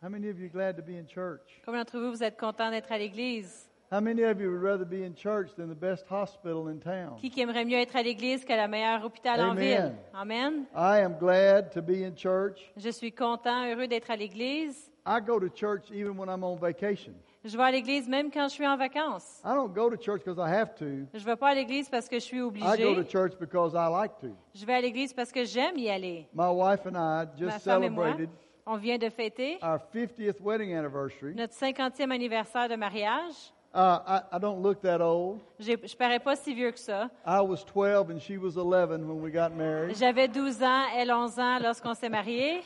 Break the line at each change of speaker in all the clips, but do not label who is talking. How many of you are glad to be in church?
Combien d'entre vous, vous êtes contents d'être à l'église?
How many of you would rather be in church than the best hospital in town?
Qui, qui aimerait mieux être à l'église qu'à la meilleure hôpital en
Amen.
ville? Amen.
I am glad to be in church.
Je suis content, heureux d'être à l'église.
I go to church even when I'm on vacation.
Je vais à l'église même quand je suis en vacances.
I don't go to church because I have to.
Je ne vais pas à l'église parce que je suis
I go to
obligée.
church because I like to.
Je vais à l'église parce que j'aime y aller.
My wife and I
Ma
just
femme et moi,
celebrated Ah.
on vient de fêter
our 50th wedding anniversary.
notre 50e anniversaire de mariage.
Uh, I, I don't look that old.
J'ai- Je parais pas si vieux que ça.
I was 12 and she was 11 when we got married.
J'avais 12 ans, elle 11 ans lorsqu'on s'est mariés.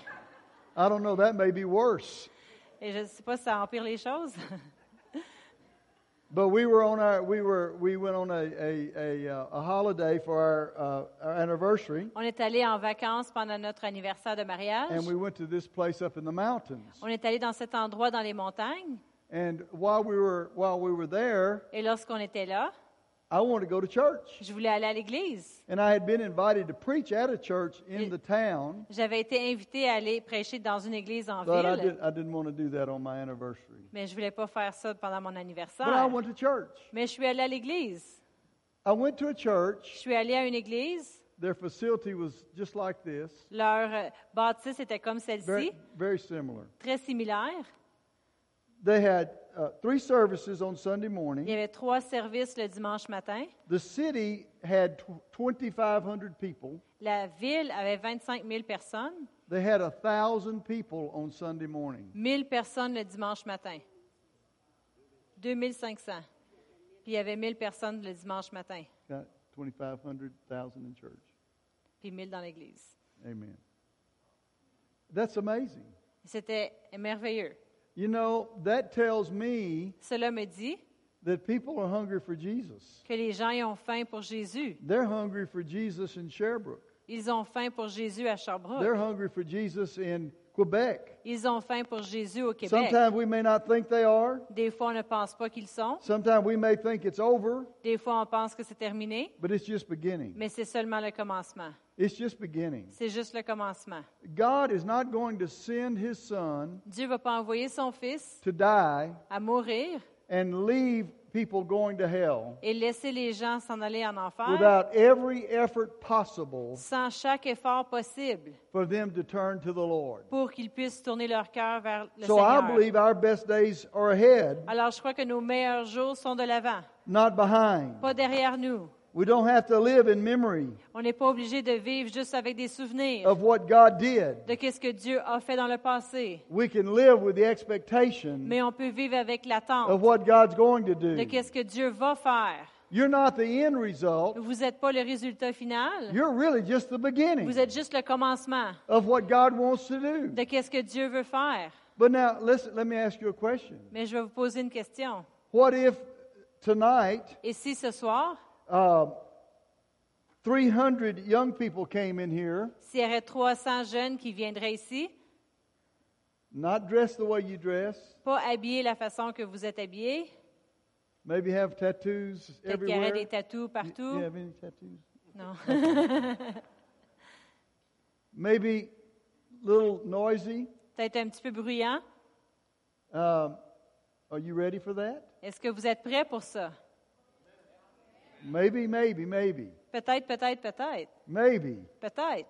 I don't know, that may be worse.
Et je ne sais pas si ça empire les choses.
But we were on our, we were, we went on a, a, a, uh, a holiday for our, uh, our anniversary
On est allé en vacances pendant notre anniversaire de mariage.
and we went to this place up in the mountains.
On est allé dans cet endroit dans les montagnes.
And while we were, while we were there,
Et lorsqu'on était là,
I wanted to go to church.
je voulais aller à l'église.
And I had been invited to preach at a church in the town,
J'avais été invitée à aller prêcher dans une église en
but I,
ville,
did, I didn't want to do that on my anniversary.
mais je voulais pas faire ça pendant mon
But I
anniversaire.
went to church.
Mais je suis allée à l'église.
I went to a
Je
church.
suis allée à une église.
Their facility was just like this,
Leur euh, bâtisse était comme
very,
celle-ci,
very similar.
très similaire.
They had uh, three services on Sunday
Il y
morning.
avait trois services le dimanche matin.
The city had tw- 2,500 people.
La ville avait 25 000 personnes,
They had a thousand people on Sunday morning.
1000 personnes le dimanche matin, 2500. Puis il y avait 1000 personnes le dimanche matin,
Got 2,500, 1,000 in church.
puis 1000 dans l'église.
Amen. That's amazing.
C'était merveilleux.
You know, that tells me
Cela me dit
that people are hungry for Jesus.
que les gens y ont faim pour Jésus.
They're hungry for Jesus in Sherbrooke.
Ils ont faim pour Jésus à
They're
Sherbrooke.
hungry for Jesus in Quebec.
Ils ont faim pour Jésus au Québec.
Sometimes we may not think they are.
Des fois, on ne pense pas qu'ils sont.
Sometimes we may think it's over,
Des fois, on pense que c'est terminé.
but it's just beginning.
Mais c'est seulement le commencement.
It's just beginning.
C'est juste le commencement.
God is not going to send his son
Dieu ne va pas envoyer son Fils
to die
à mourir
and leave people going to hell
et laisser les gens s'en aller en enfer
without every effort possible
sans chaque effort possible
for them to turn to the Lord.
pour qu'ils puissent tourner leur cœur vers le
So I
Seigneur.
believe our best days are ahead,
Alors, je crois que nos meilleurs jours sont de l'avant,
not behind.
pas derrière nous.
We don't have to live in memory
On n'est pas obligé de vivre juste avec des souvenirs
of what God did.
de qu'est-ce que Dieu a fait dans le passé,
We can live with the expectation
mais on peut vivre avec
of
l'attente
what God's going to
de
do.
qu'est-ce que Dieu va faire.
You're not the end result.
Vous n'êtes pas le résultat final,
You're really just the
vous
beginning
êtes juste le commencement
of what God wants to do.
de qu'est-ce que Dieu veut faire.
But now, listen, let me ask you a question.
Mais je vais vous poser une question.
What if tonight
Et si ce soir,
uh, 300 young people came in here,
s'il y aurait 300 jeunes qui viendraient ici,
not dressed the way you dress,
pas habillés la façon que vous êtes habillés,
maybe have tattoos
peut-être qu'il y aurait
everywhere?
des tatous
You-
partout.
you have any tattoos?
Non.
Maybe little noisy.
peut-être un petit peu bruyant.
Um, are you ready for that?
Est-ce que vous êtes prêts pour ça?
Maybe, maybe, maybe,
Peut-être, peut-être, peut-être,
maybe.
peut-être.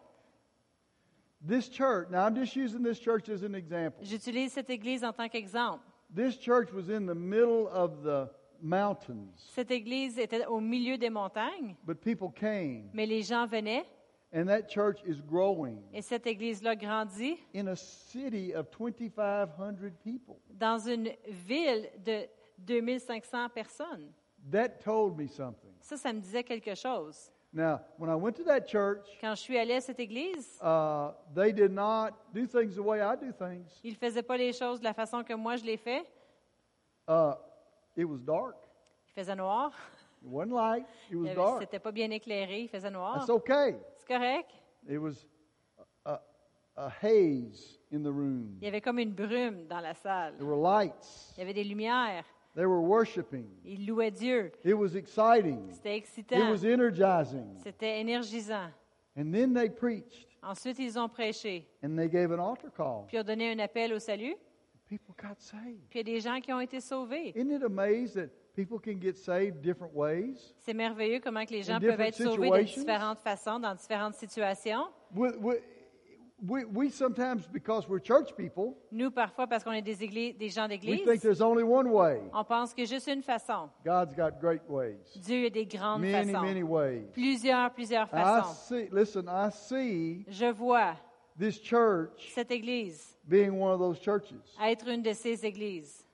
This church, now I'm just using this church as an example.
J'utilise cette église en tant qu'exemple.
This church was in the middle of the mountains,
Cette église était au milieu des montagnes,
but people came,
mais les gens venaient
and that church is growing
et cette église-là grandit
in a city of 2,500 people.
dans une ville de 2500 personnes.
That told me something.
Ça, ça me disait quelque chose.
Now, when I went to that church,
Quand je suis allée à cette église,
uh, they did not do things the way I do things.
ils ne faisaient pas les choses de la façon que moi je les fais.
Uh, it was dark.
Il faisait noir.
It wasn't light. It
Il
was
y avait-
dark.
C'était pas bien éclairé. Il faisait noir.
That's okay.
C'est correct.
It was a, a haze in the room.
Il y avait comme une brume dans la salle.
There were lights.
Il y avait des lumières.
They were worshiping.
Ils louaient Dieu.
It was exciting.
C'était
It
excitant.
was energizing.
C'était énergisant.
And then they preached
Ensuite, ils ont prêché.
and they gave an altar call.
Puis ils ont donné un appel au salut.
people got saved.
Puis il y a des gens qui ont été sauvés.
Isn't it amazed that people can get saved different ways?
C'est merveilleux comment que les
In
gens peuvent
different
être sauvés de
situations.
différentes façons, dans différentes situations.
We, we, we, we sometimes, because we're church people,
Nous, parfois, parce qu'on est des, églises, des gens
we think
d'église,
there's only one way.
on pense que juste une façon.
God's got great ways,
Dieu a des grandes
many,
façons.
many ways. Ah,
Plusieurs, plusieurs
I
façons.
see, listen, I see
Je vois
this church
cette église
being one of those churches.
être une de ces églises.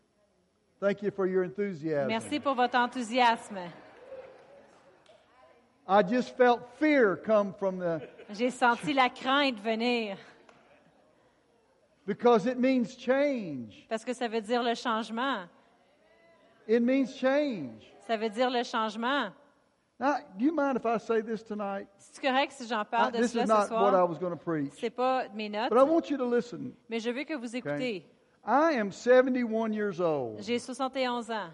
Thank you for your enthusiasm.
Merci pour votre enthousiasme.
I just felt fear come from the,
J'ai senti la crainte venir
because it means change.
parce que ça veut dire le changement.
It means change.
Ça veut dire le changement.
Now, do you mind if I say this tonight?
C'est correct si j'en
I-
parle de
Ah, this is
cela ce
not what I
soir.
was going to preach,
C'est pas mes notes,
but I want you to listen.
mais je veux que vous
Okay?
écoutez.
I am 71 years old.
J'ai 71 ans.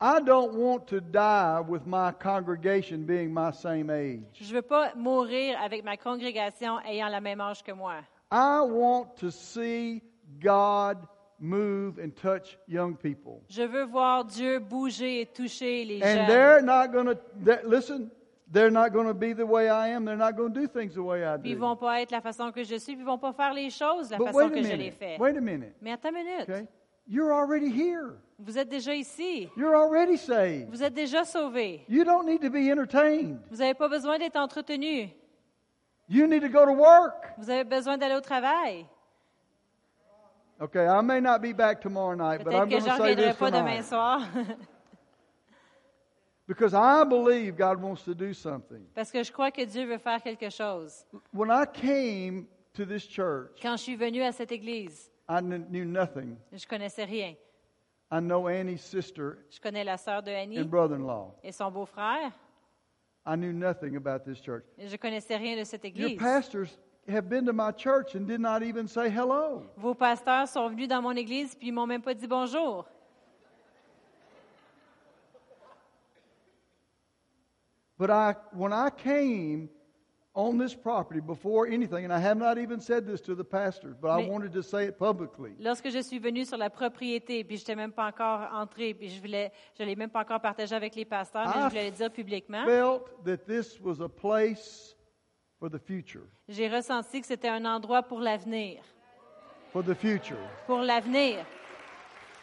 I don't want to die with my congregation being my same age.
Je veux pas mourir avec ma congrégation ayant la même âge que moi.
I want to see God move and touch young people.
Je veux voir Dieu bouger et toucher les
And
jeunes.
they're not going to, listen, they're not going to be the way I am. They're not going to do things the way I
Puis ils
do.
vont pas être la façon que je suis, puis ils vont pas faire les choses la
But
façon
wait a
que je les
minute.
fais.
Wait a minute.
Mais attends une minute.
Okay? You're already here.
Vous êtes déjà ici.
You're already saved.
Vous êtes déjà sauvés.
You don't need to be entertained.
Vous n'avez pas besoin d'être entretenus.
You need to go to work.
Vous avez besoin d'aller au travail.
Okay, I may not be back tomorrow night, but
Peut-être
I'm
que
going
je
to say
reviendrai
this
pas demain
tonight.
soir
Because I believe God wants to do something.
parce que je crois que Dieu veut faire quelque chose.
When I came to this church,
Quand je suis venue à cette église,
I kn- knew nothing.
je connaissais rien.
I know Annie's sister
Je connais la sœur de Annie
and brother in law.
et son beau-frère.
I knew nothing about this church.
Je connaissais rien de cette
Your
église.
pastors have been to my church and did not even say hello.
Vos pasteurs sont venus dans mon église puis ils m'ont même pas dit bonjour.
But I, when I came on this property before anything, and I have not even said this to the pastors, but I
Mais-
wanted to say it publicly.
Lorsque je suis venue sur la propriété puis j'étais même pas encore entrée puis je voulais, je l'ai même pas encore partagé avec les pasteurs, mais
Ah.
je voulais le dire publiquement.
Felt that this was a place for the future,
J'ai ressenti que c'était un endroit pour l'avenir,
for the future.
pour l'avenir.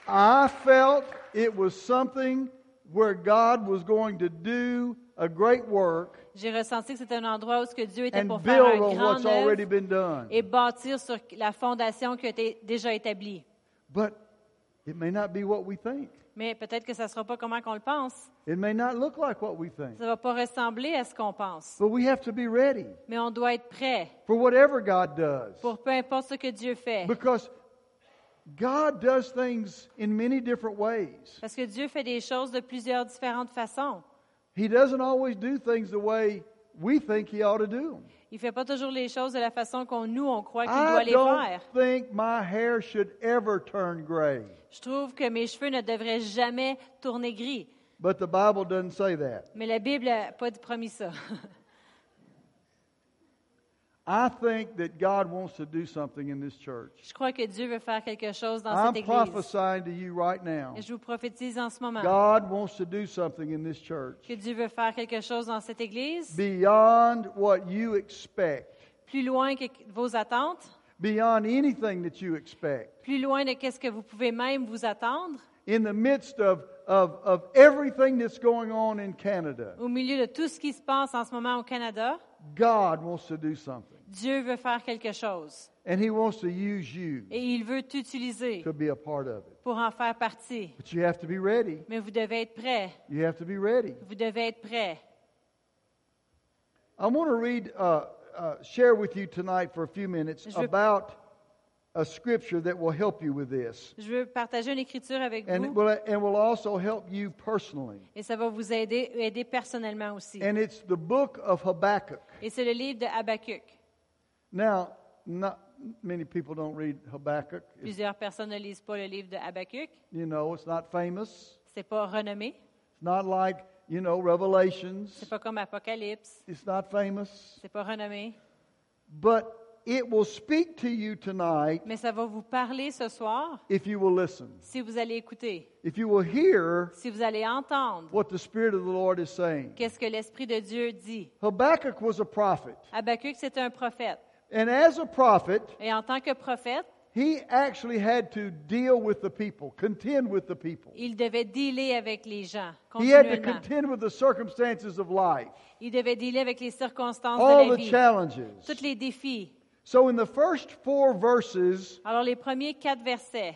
I felt it was something where God was going to do a great work
J'ai ressenti que c'était un endroit où ce que Dieu était
and
pour faire
build
un
on
grand
what's already
œuvre
been done.
et bâtir sur la fondation qui a été déjà établie.
But it may not be what we think.
Mais peut-être que ça ne sera pas comment qu'on le pense.
It may not look like what we think.
Ça ne va pas ressembler à ce qu'on pense.
But we have to be ready
Mais on doit être prêt
for whatever God does.
pour peu importe ce que Dieu fait.
Because God does things in many different ways.
Parce que Dieu fait des choses de plusieurs différentes façons.
He doesn't always do things the way we think He ought to do them.
Il ne fait pas toujours les choses de la façon qu'on nous, on croit qu'il doit
I
les
don't
faire.
think my hair should ever turn gray.
Je trouve que mes cheveux ne devraient jamais tourner gris.
But the Bible doesn't say that.
Mais la Bible n'a pas promis ça.
I think that God wants to do something in this church.
Je crois que Dieu veut faire quelque chose dans
I'm
cette église.
prophesying to you right now.
Et je vous prophétise en ce moment
God wants to do something in this church
que Dieu veut faire quelque chose dans cette église
beyond what you expect,
plus loin que vos attentes,
beyond anything that you expect,
plus loin de qu'est-ce que vous pouvez même vous attendre,
in the midst of, of, of everything that's going on in Canada.
au milieu de tout ce qui se passe en ce moment au Canada.
God wants to do something,
Dieu veut faire quelque chose
and He wants to use you
et il veut t'utiliser
to be a part of it.
pour en faire partie.
But you have to be ready.
Mais vous devez être prêt.
You have to be ready.
Vous devez être prêt.
I want to read, uh, uh, share with you tonight for a few minutes
Je-
about a scripture that will help you with this,
Je veux partager une écriture avec
and it
vous
will, and will also help you personally.
et ça va vous aider, aider personnellement aussi.
And it's the book of Habakkuk.
Et c'est le livre de Habakkuk.
Now, not many people don't read Habakkuk. It's,
Plusieurs personnes ne lisent pas le livre de Habakkuk.
you know, it's not famous. It's
C'est pas renommé.
not like you know Revelations.
C'est pas comme Apocalypse.
It's not famous,
C'est pas renommé.
but it will speak to you tonight
mais ça va vous parler ce soir
if you will listen,
si vous allez écouter,
if you will hear
si vous allez entendre
what the Spirit of the Lord is saying.
qu'est-ce que l'Esprit de Dieu dit.
Habakkuk was a prophet.
Habakkuk, c'est un prophète.
And as a prophet,
Et en tant que prophète,
he actually had to deal with the people, contend with the people.
il devait dealer avec les gens
He had to
continuellement.
contend with the circumstances of life,
Il devait dealer avec les circonstances
all
de la
the
vie,
challenges.
tous les défis.
So, in the first four verses,
Alors, les premiers quatre versets,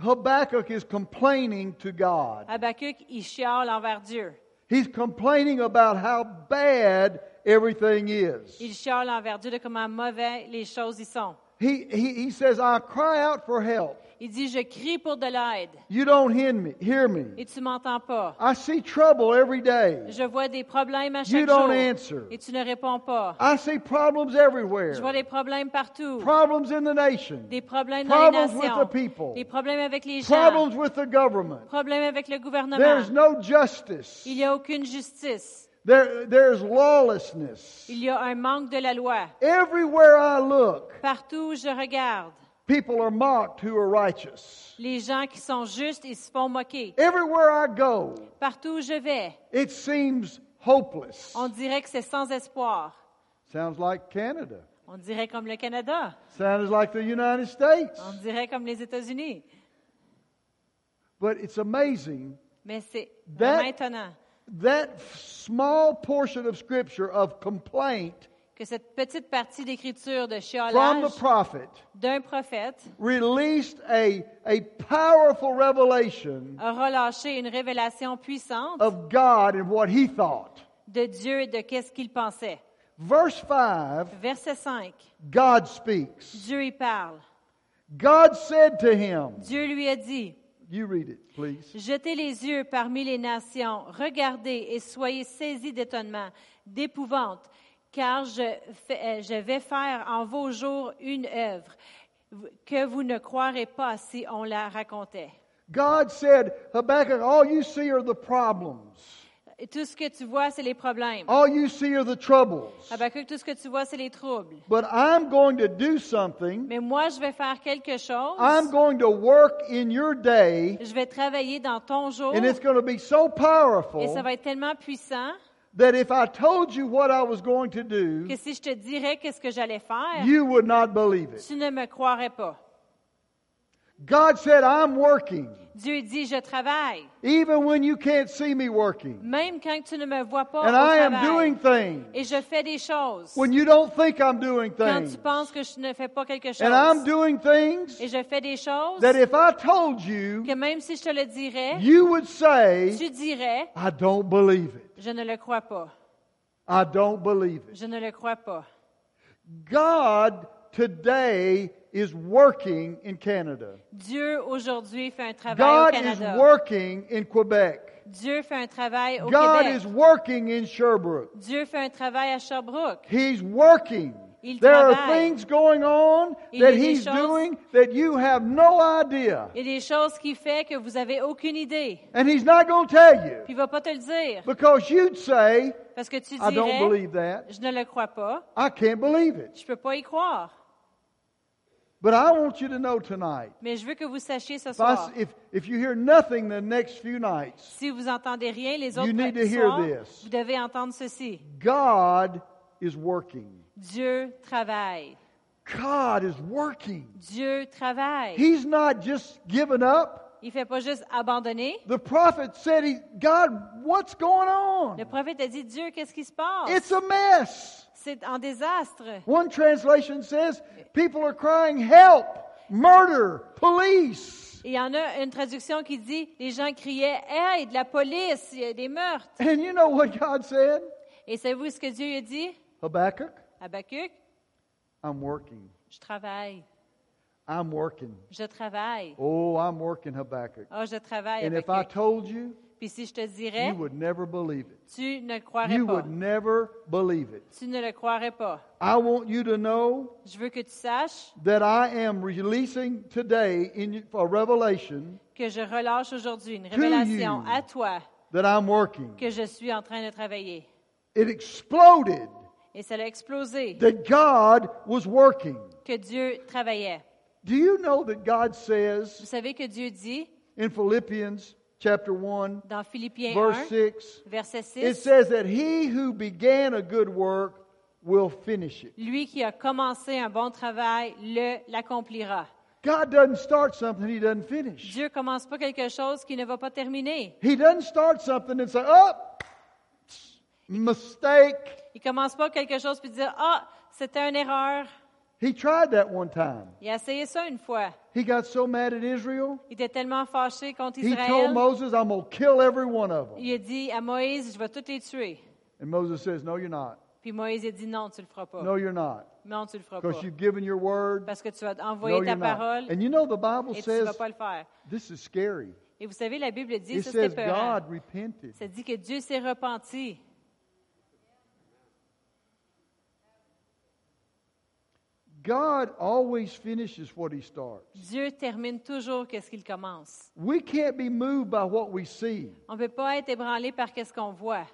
Habakkuk is complaining to God.
Habakkuk, il chiale envers Dieu.
He's complaining about how bad everything is.
Il chiale envers Dieu de comment mauvais les choses y sont.
He, he, he says, I cry out for help.
Il dit, je crie pour de l'aide
You don't hear me. Hear me.
et tu m'entends pas.
I see trouble every day.
Je vois des problèmes à chaque
You don't
jour
answer.
et tu ne réponds pas.
I see problems
Je vois
everywhere.
des problèmes partout,
Problems in the nation.
des problèmes dans les
Problems with
nations,
the people.
des problèmes avec les gens,
Problems with the government.
problèmes avec le
There's
gouvernement.
no justice.
Il n'y a aucune justice.
There, there's lawlessness.
Il y a un manque de la loi.
Everywhere I look,
Partout où je regarde,
people are mocked who are righteous.
les gens qui sont justes, ils se font moquer.
Everywhere I go,
Partout où je vais,
it seems hopeless.
on dirait que c'est sans espoir.
Sounds like Canada.
On dirait comme le Canada.
Sounds like the United States.
On dirait comme les États-Unis.
But it's amazing
Mais c'est
That-
maintenant
that f- small portion of Scripture of complaint
que cette petite partie d'écriture
from
de
the
chiolage
prophet
d'un prophète
released a, a powerful revelation
a relâché une révélation puissante
of God and what he thought.
de Dieu et de qu'est-ce qu'il pensait.
Verse 5
Verset 5.
God speaks.
Dieu y parle.
God said to him,
Dieu lui a dit,
You read it, please.
Jetez les yeux parmi les nations, regardez et soyez saisis d'étonnement, d'épouvante, car je, fais- euh, je vais faire en vos jours une œuvre que vous ne croirez pas si on la racontait.
God said, Habakkuk, all you see are the problems,
Et Tout ce que tu vois, c'est les problèmes.
all you see are the troubles.
Habakkuk, tout ce que tu vois, c'est les troubles.
But I'm going to do something.
Mais moi, je vais faire quelque
I'm
chose.
going to work in your day,
Je vais travailler dans ton jour.
and it's going to be so
Et ça
powerful
va être tellement puissant
that if I told you what I was going to
que
do,
si je te dirais qu'est-ce que j'allais faire,
you would not believe it.
tu ne me croirais pas.
God said, I'm working,
Dieu dit, je travaille.
even when you can't see me working.
Même quand tu ne me vois pas
And
au
I am
travail.
doing things
et je fais des choses
when you don't think I'm doing
quand
things.
tu penses que je ne fais pas quelque chose.
And I'm doing things
et je fais des choses
that if I told you,
que même si je te le dirais,
you would say,
tu dirais,
I don't believe it.
je ne le crois pas.
I don't believe it.
Je ne le crois pas.
God today is working in Canada.
Dieu aujourd'hui fait un travail au
God is
Canada.
working in Quebec.
Dieu fait un travail au
God
Québec.
is working in Sherbrooke.
Dieu fait un travail à Sherbrooke.
He's working.
Il
There are
travaille.
things going on
Il y a
that
des
he's
choses-
doing that you have no idea.
Il y a des choses qui fait que vous avez aucune idée.
And he's not going to tell you
Puis il va pas te le dire
because you'd say,
parce que tu
I don't
dirais
believe that.
je ne le crois pas,
I can't believe it.
je peux pas y croire.
But I want you to know tonight
Mais je veux que vous sachiez ce
if, I
soir.
s- if, if you hear nothing the next few nights,
Si vous entendez rien les
You
autres
need to hear
soirs,
this.
vous devez entendre ceci.
God is working.
Dieu travaille.
God is working.
Dieu travaille.
He's not just giving up.
Il fait pas juste abandonner.
The prophet said, he, God, what's going
Le
on?
prophète a dit Dieu, qu'est-ce qui se passe
It's a mess.
C'est en désastre.
One translation says, people are crying, help, murder, police.
Et il y en a une traduction qui dit les gens criaient aide la police, il y a des meurtres.
And you know what God said?
Et savez-vous ce que Dieu a dit
Habakkuk,
Habakkuk,
I'm working.
je travaille.
I'm working.
Je travaille.
Oh, I'm working, Habakkuk.
Oh, je travaille
And
avec
if I
eux.
told you,
Puis si je te dirais,
you would never believe it.
tu ne le croirais
You
pas.
would never believe it.
Tu ne le croirais pas.
I want you to know
Je veux que tu saches
that I am releasing today in a revelation
que je relâche aujourd'hui une révélation
you.
à toi
that I'm working.
que je suis en train de travailler.
It exploded
Et ça a explosé
that God was working.
que Dieu travaillait.
Do you know that God
Vous
says
savez que Dieu dit
in Philippians chapter 1,
dans Philippiens
verse
1,
6,
verset
it
6,
says that he who began a good work will finish it.
Lui qui a commencé un bon travail le l'accomplira.
God doesn't start something he doesn't finish.
Dieu commence pas quelque chose qui ne va pas terminer.
He doesn't start something and say, oh, mistake.
Il commence pas quelque chose puis dire ah c'était une erreur.
He tried that one time.
Il a essayé ça une fois.
He got so mad at Israel,
Il était tellement fâché contre
he told
Israël.
Moses, I'm going to kill every one of them.
Il a dit à Moïse je vais tous les tuer.
And Moses says, No, you're not.
Puis Moïse a dit non tu le feras pas.
No, you're not.
Non tu le feras pas.
Because you've given your word.
Parce que tu as envoyé
No, you're
ta
not.
parole
And you know, the Bible
et tu ne vas
says
pas le faire.
this is scary.
Et vous savez la Bible dit
It
ça c'est
says
peurant.
God repented.
Ça dit que Dieu s'est repenti.
God always finishes what he starts.
Dieu termine toujours qu'est-ce qu'il commence.
We can't be moved by what we see.
On ne peut pas être ébranlé par qu'est-ce qu'on voit.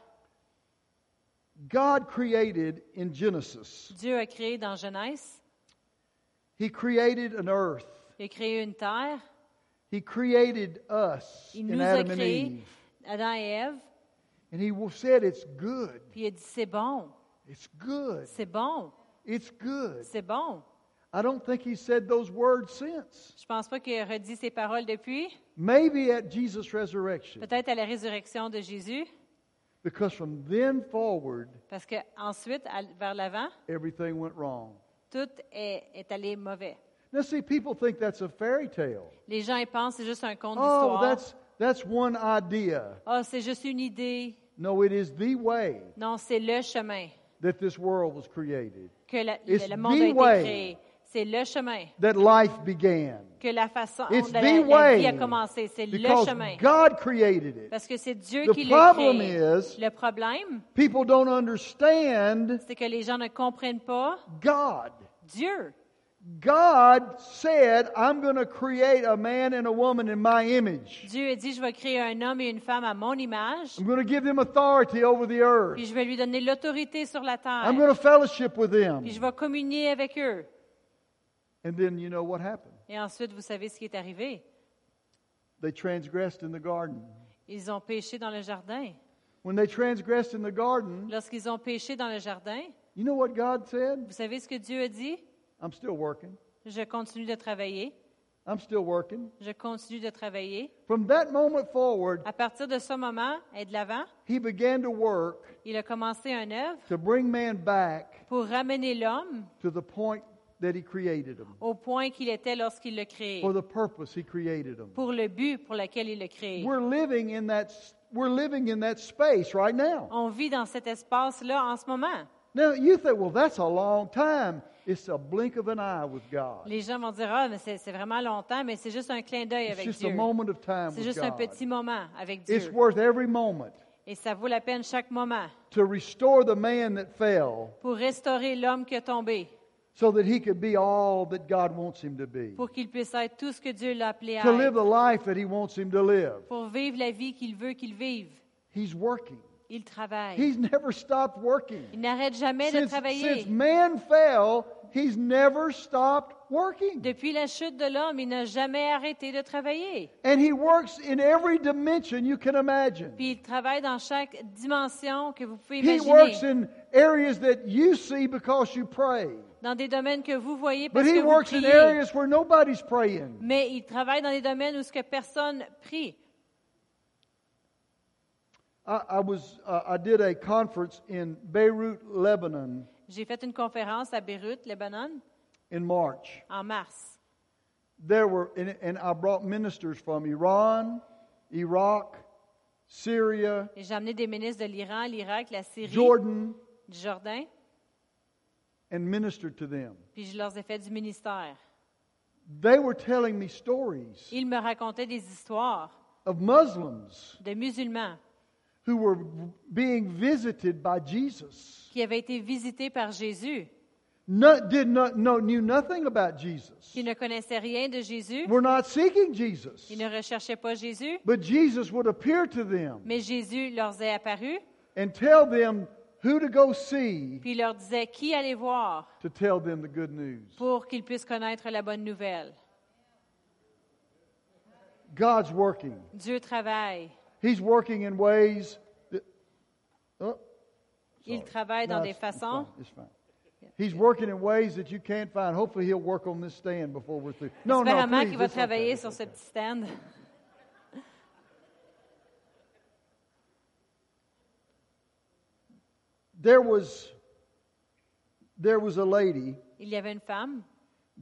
God created in Genesis,
Dieu a créé dans Genèse,
He created an earth,
il a créé une terre,
He created us
il
in
nous a
Adam and
créé
Eve.
Adam et Ève,
And He said, It's good.
puis il a dit c'est bon,
It's good.
c'est bon,
It's good.
c'est bon.
I don't think He said those words since.
Je pense pas qu'il a redit ses paroles depuis,
Maybe at Jesus' resurrection.
peut-être à la résurrection de Jésus,
Because from then forward,
parce que ensuite à- vers l'avant,
everything went wrong.
tout est, est allé mauvais.
Now, see, people think that's a fairy tale.
Les gens ils pensent c'est juste un conte
Oh,
d'histoire.
that's, that's one idea.
Ah, c'est juste une idée.
No, it is the way
Non, c'est le chemin
that this world was created,
que la-
It's
le, le monde
the
a été
way.
créé. C'est le chemin.
that life began.
que la façon dont
It's
la,
the
la vie
way
a commencé, c'est le
because
chemin.
God created it.
Parce que c'est Dieu
The
qui le
problem
crée.
is-
le problème,
People don't understand
c'est que les gens ne comprennent pas
God.
Dieu.
God said, I'm going to create a man and a woman in my image.
Dieu a dit, je vais créer un homme et une femme à mon image,
I'm going to give them authority over the earth.
puis je vais lui donner l'autorité sur la terre,
I'm going to fellowship with them.
puis je vais communier avec eux.
And then you know what happened?
Et ensuite, vous savez ce qui est arrivé.
They transgressed in the garden.
Ils ont péché dans le jardin.
When they transgressed in the garden,
Lorsqu'ils ont péché dans le jardin,
you know what God said?
vous savez ce que Dieu a dit?
I'm still working.
Je continue de travailler.
I'm still working.
Je continue de travailler.
From that moment forward,
À partir de ce moment et de l'avant,
he began to work
Il a commencé une œuvre
to bring man back
pour ramener l'homme
to the point that he created him,
au point qu'il était lorsqu'il l'a créé,
for the purpose he created him.
pour le but pour lequel il l'a créé.
We're living in that we're living in that space right now.
On vit dans cet espace-là en ce moment.
Now you think, well, that's a long time. It's a blink of an eye with God.
Les gens vont dire, ah, mais c'est c'est vraiment longtemps, mais c'est juste un clin d'œil
It's
avec
just a
Dieu.
moment of time
C'est
with
juste un
God.
petit moment avec
It's
Dieu.
worth every moment
Et ça vaut la peine chaque moment
to restore the man that fell
pour restaurer l'homme qui est tombé,
so that he could be all that God wants him to be.
pour qu'il puisse être tout ce que Dieu l'a appelé à
To live
être,
the life that he wants him to live.
pour vivre la vie qu'il veut qu'il vive.
He's working.
Il travaille.
He's never stopped working.
Il n'arrête jamais de
Since,
travailler.
since man fell, he's never stopped working.
Depuis la chute de l'homme, il n'a jamais arrêté de travailler.
And he works in every dimension you can imagine.
Puis il travaille dans chaque dimension que vous pouvez
He works
imaginer,
in areas that you see because you pray.
dans des domaines que vous voyez
But
parce
he
que vous
works in
priez.
areas where nobody's praying.
Mais il travaille dans des domaines où ce que personne prie.
I, I was uh, I did a conference in Beirut, Lebanon
J'ai fait une conférence à Beyrouth, Lebanon,
in March.
en mars.
There were and, and I brought ministers from Iran, Iraq, Syria,
Et J'ai amené des ministres de l'Iran, l'Irak, la Syrie,
Jordan,
du Jordan,
and ministered to them.
puis je leur ai fait du ministère.
They were telling me stories
Ils me racontaient des histoires
of Muslims
de musulmans
who were being visited by Jesus.
qui avaient été visités par Jésus,
No, did not no, knew nothing about Jesus.
qui ne connaissaient rien de Jésus,
We're not seeking Jesus.
Ils ne recherchaient pas Jésus,
But Jesus would appear to them
mais Jésus leur est apparu
and tell them who to go see
Puis il leur disait, qui allez voir
to tell them the good news.
pour qu'ils puissent connaître la bonne nouvelle?
God's working.
Dieu travaille.
He's working in ways that. Oh,
Il travaille dans
no,
des
it's- it's
façons.
fine, It's fine. He's working in ways that you can't find. Hopefully, he'll work on this stand before we're through. No, no,
Espérément
please,
qu'il va
it's okay,
travailler
it's
sur
okay.
ce petit stand.
There was, there was a lady.
Il y avait une femme,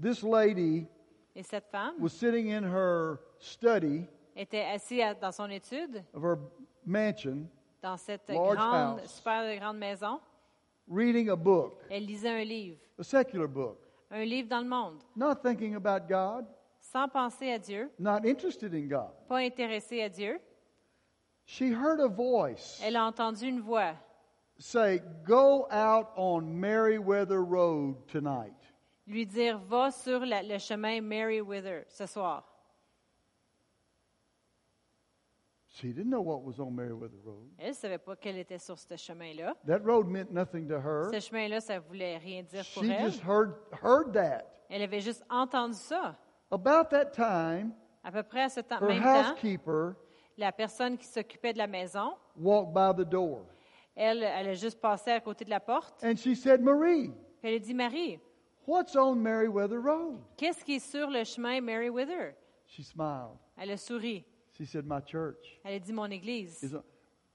This lady
et cette femme
was sitting in her study
était assise à- dans son étude,
of her mansion,
dans cette
Large
grande,
house.
super grande maison.
reading a book,
Elle lisait un livre,
a secular book,
un livre dans le monde,
not thinking about God,
sans penser à Dieu,
not interested in God.
pas intéressée à Dieu.
She heard a voice
Elle a entendu une voix
say, Go out on Merriweather Road tonight.
lui dire Va sur la- le chemin Meriwether ce soir.
She didn't know what was on Merriweather Road.
Elle ne savait pas qu'elle était sur ce chemin-là.
That road meant nothing to her.
Ce chemin-là, ça ne voulait rien dire pour
She
elle.
just heard, heard that.
Elle avait juste entendu ça.
About that time,
À peu près à ce temps,
her
même temps,
housekeeper
la personne qui s'occupait de la maison,
walked by the door
elle, elle a juste passé à côté de la porte.
and she said, Marie,
Elle a dit Marie,
what's on Merriweather Road?
qu'est-ce qui est sur le chemin Meriwether?
She smiled.
Elle a souri.
She said, My church.
Elle a dit Mon église.
is on,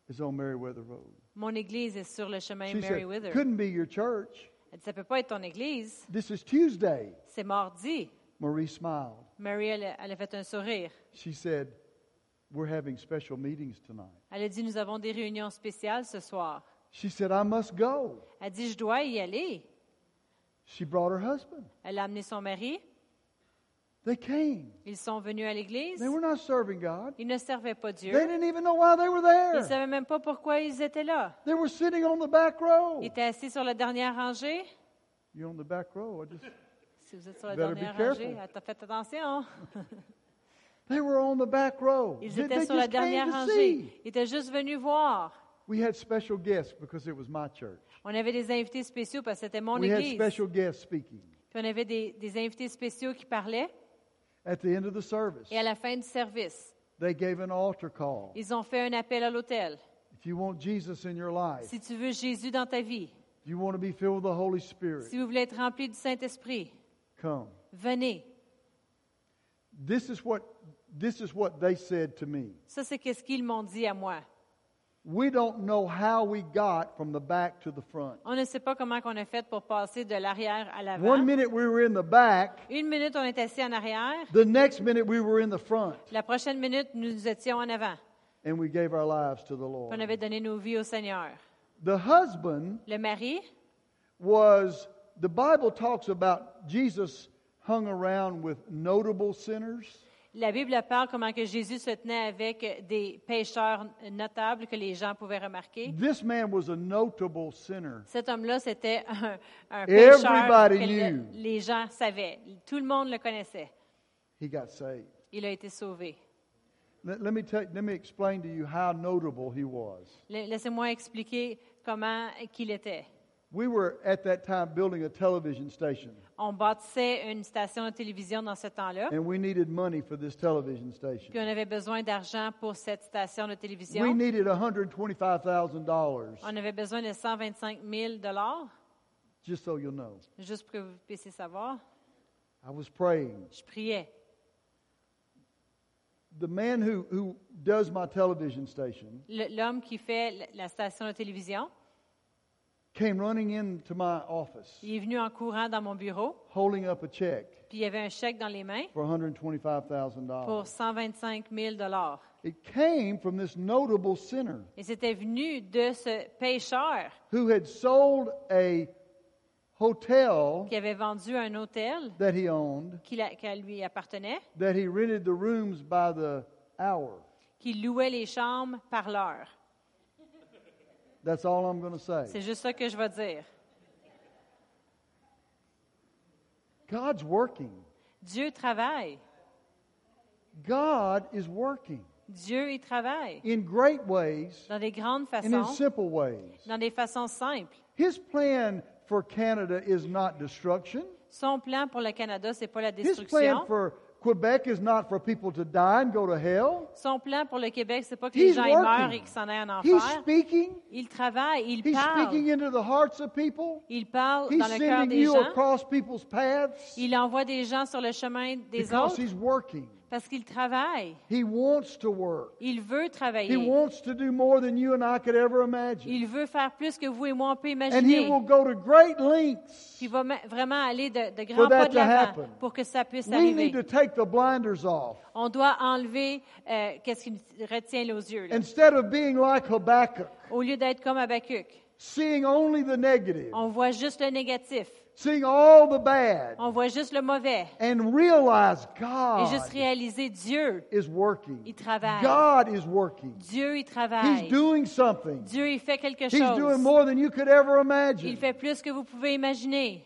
is on Meriwether Road.
Mon église est sur le chemin
She said,
Meriwether.
couldn't be your church.
Elle dit Ça ne peut pas être ton église.
This is Tuesday.
C'est mardi.
Marie smiled.
Marie, elle, a- elle a fait un sourire.
She said, we're having special meetings tonight.
Elle a dit Nous avons des réunions spéciales ce soir.
She said, I must go.
Elle dit Je dois y aller.
She brought her husband.
Elle a amené son mari.
They came.
Ils sont venus à l'église.
They were not serving God.
Ils ne servaient pas
They
Dieu.
didn't even know why they were
Ils ne
there.
savaient même pas pourquoi ils étaient là.
They were sitting on the back row.
Ils étaient assis sur la dernière rangée.
You're on the back row. I just,
Si vous êtes sur la
Better be
dernière
careful.
rangée, att- faites attention.
they were on the back row.
Ils
They-
étaient
they
sur la
just came
dernière
to
rangée.
see.
Ils étaient juste venus voir.
We had special guests because it was my church.
On avait des invités spéciaux parce que c'était mon
We had
église.
special guests speaking
Puis on avait des, des invités spéciaux qui parlaient.
at the end of the service.
Et à la fin du service,
They gave an altar call.
ils ont fait un appel à l'autel.
If you want Jesus in your life,
Si tu veux Jésus dans ta vie,
if you want to be filled with the Holy Spirit,
si vous voulez être rempli du Saint-Esprit,
come.
venez.
This is what this is what they said to me.
Ça, c'est ce qu'ils m'ont dit à moi.
We don't know how we got from the back to the front.
On ne sait pas comment on a fait pour passer de l'arrière à l'avant.
One minute we were in the back,
Une minute, on est assis en arrière.
the next minute we were in the front,
La prochaine minute, nous étions en avant.
and we gave our lives to the
Puis On
Lord.
avait donné nos vies au Seigneur.
The husband
Le mari,
was the Bible talks about Jesus hung around with notable sinners.
la Bible parle comment que Jésus se tenait avec des pécheurs notables que les gens pouvaient remarquer.
This man was a notable sinner.
Cet homme-là, c'était un, un pécheur
Everybody
que le-
knew.
les gens savaient. Tout le monde le connaissait.
He got saved.
Il a été sauvé.
Let, let me tell, let me explain to you how notable he was.
La- Laissez-moi expliquer comment qu'il était.
We were at that time building a television station,
On bâtissait une station de télévision dans ce temps-là,
and we needed money for this television
puis on
station.
avait besoin d'argent pour cette station de télévision.
We needed $125,000,
On avait besoin de 125 000
just so you'll know.
juste pour que vous puissiez savoir.
I was praying.
Je priais.
The man who, who does my television station
Le- L'homme qui fait l- la station de télévision,
came running into my office
il est venu en courant dans mon bureau,
holding up a check
puis il y avait un chèque dans les mains
for
pour
$125,000.
125 000
It came from this notable sinner
Et c'était venu de ce pêcheur
who had sold a hotel
qui avait vendu un hôtel
that he owned
qui, la- qui lui appartenait,
that he rented the rooms by the hour.
qui louait les chambres par l'heure.
That's all I'm going to
C'est
say.
juste ça que je vais dire.
God's working.
Dieu travaille.
God is working
Dieu y travaille
in great ways
dans des grandes
and in
façons,
simple ways.
dans des façons simples.
His plan for Canada is not destruction.
Son plan pour le Canada, c'est pas la
His plan
destruction.
for Quebec is not for people to die and go to hell.
Son plan pour le Québec, c'est pas que les
He's
gens y meurent et
working.
qu'ils s'en aillent en
He's
enfer.
speaking.
Il travaille, il
He's speaking
parle.
into the hearts of people.
Il parle
He's
dans le cœur
sending
des
you
gens.
across people's paths
Il envoie des gens sur le chemin des
because
autres
he's working.
parce qu'il travaille.
He wants to work.
Il veut
He
travailler.
wants to do more than you and I could ever imagine.
Il veut faire plus que vous et moi on peut
And he
imaginer.
will go to great lengths.
Puis il va ma- vraiment aller de, de
For
grands
that
pas de
to
l'avant
happen.
pour que ça puisse
We need
arriver.
to take the blinders off.
On doit enlever euh, qu'est-ce qui nous retient nos yeux. là.
Instead of being like Habakkuk,
Au lieu d'être comme Habakkuk,
seeing only the negative,
on voit juste le négatif,
seeing all the bad,
on voit juste le mauvais,
and realize
Oh. et
God
juste réaliser Dieu,
is working.
il travaille.
God is working.
Dieu il
He's
travaille.
doing something.
Dieu il fait quelque
He's doing
chose.
more than you could ever
Il
imagine.
fait plus que vous pouvez imaginer.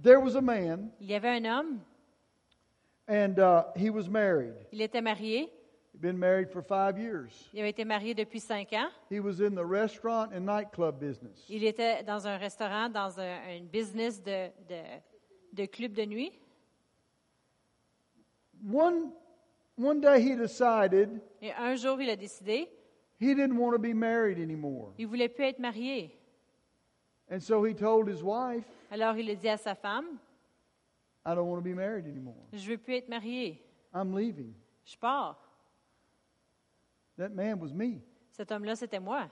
There was a man,
Il y avait un homme,
and uh, he was married.
il était marié,
He'd been married for five years.
il avait été marié depuis cinq ans,
He was in the restaurant and nightclub business.
il était dans un restaurant, dans un, un business de, de, de club de nuit.
One, one day he decided
Et un jour, il a décidé,
he didn't want to be married anymore.
il voulait plus être marié.
And so he told his wife,
Alors il a dit à sa femme,
I don't want to be married anymore.
je veux plus être marié,
I'm leaving.
je pars.
That man was me.
Cet homme-là, c'était moi.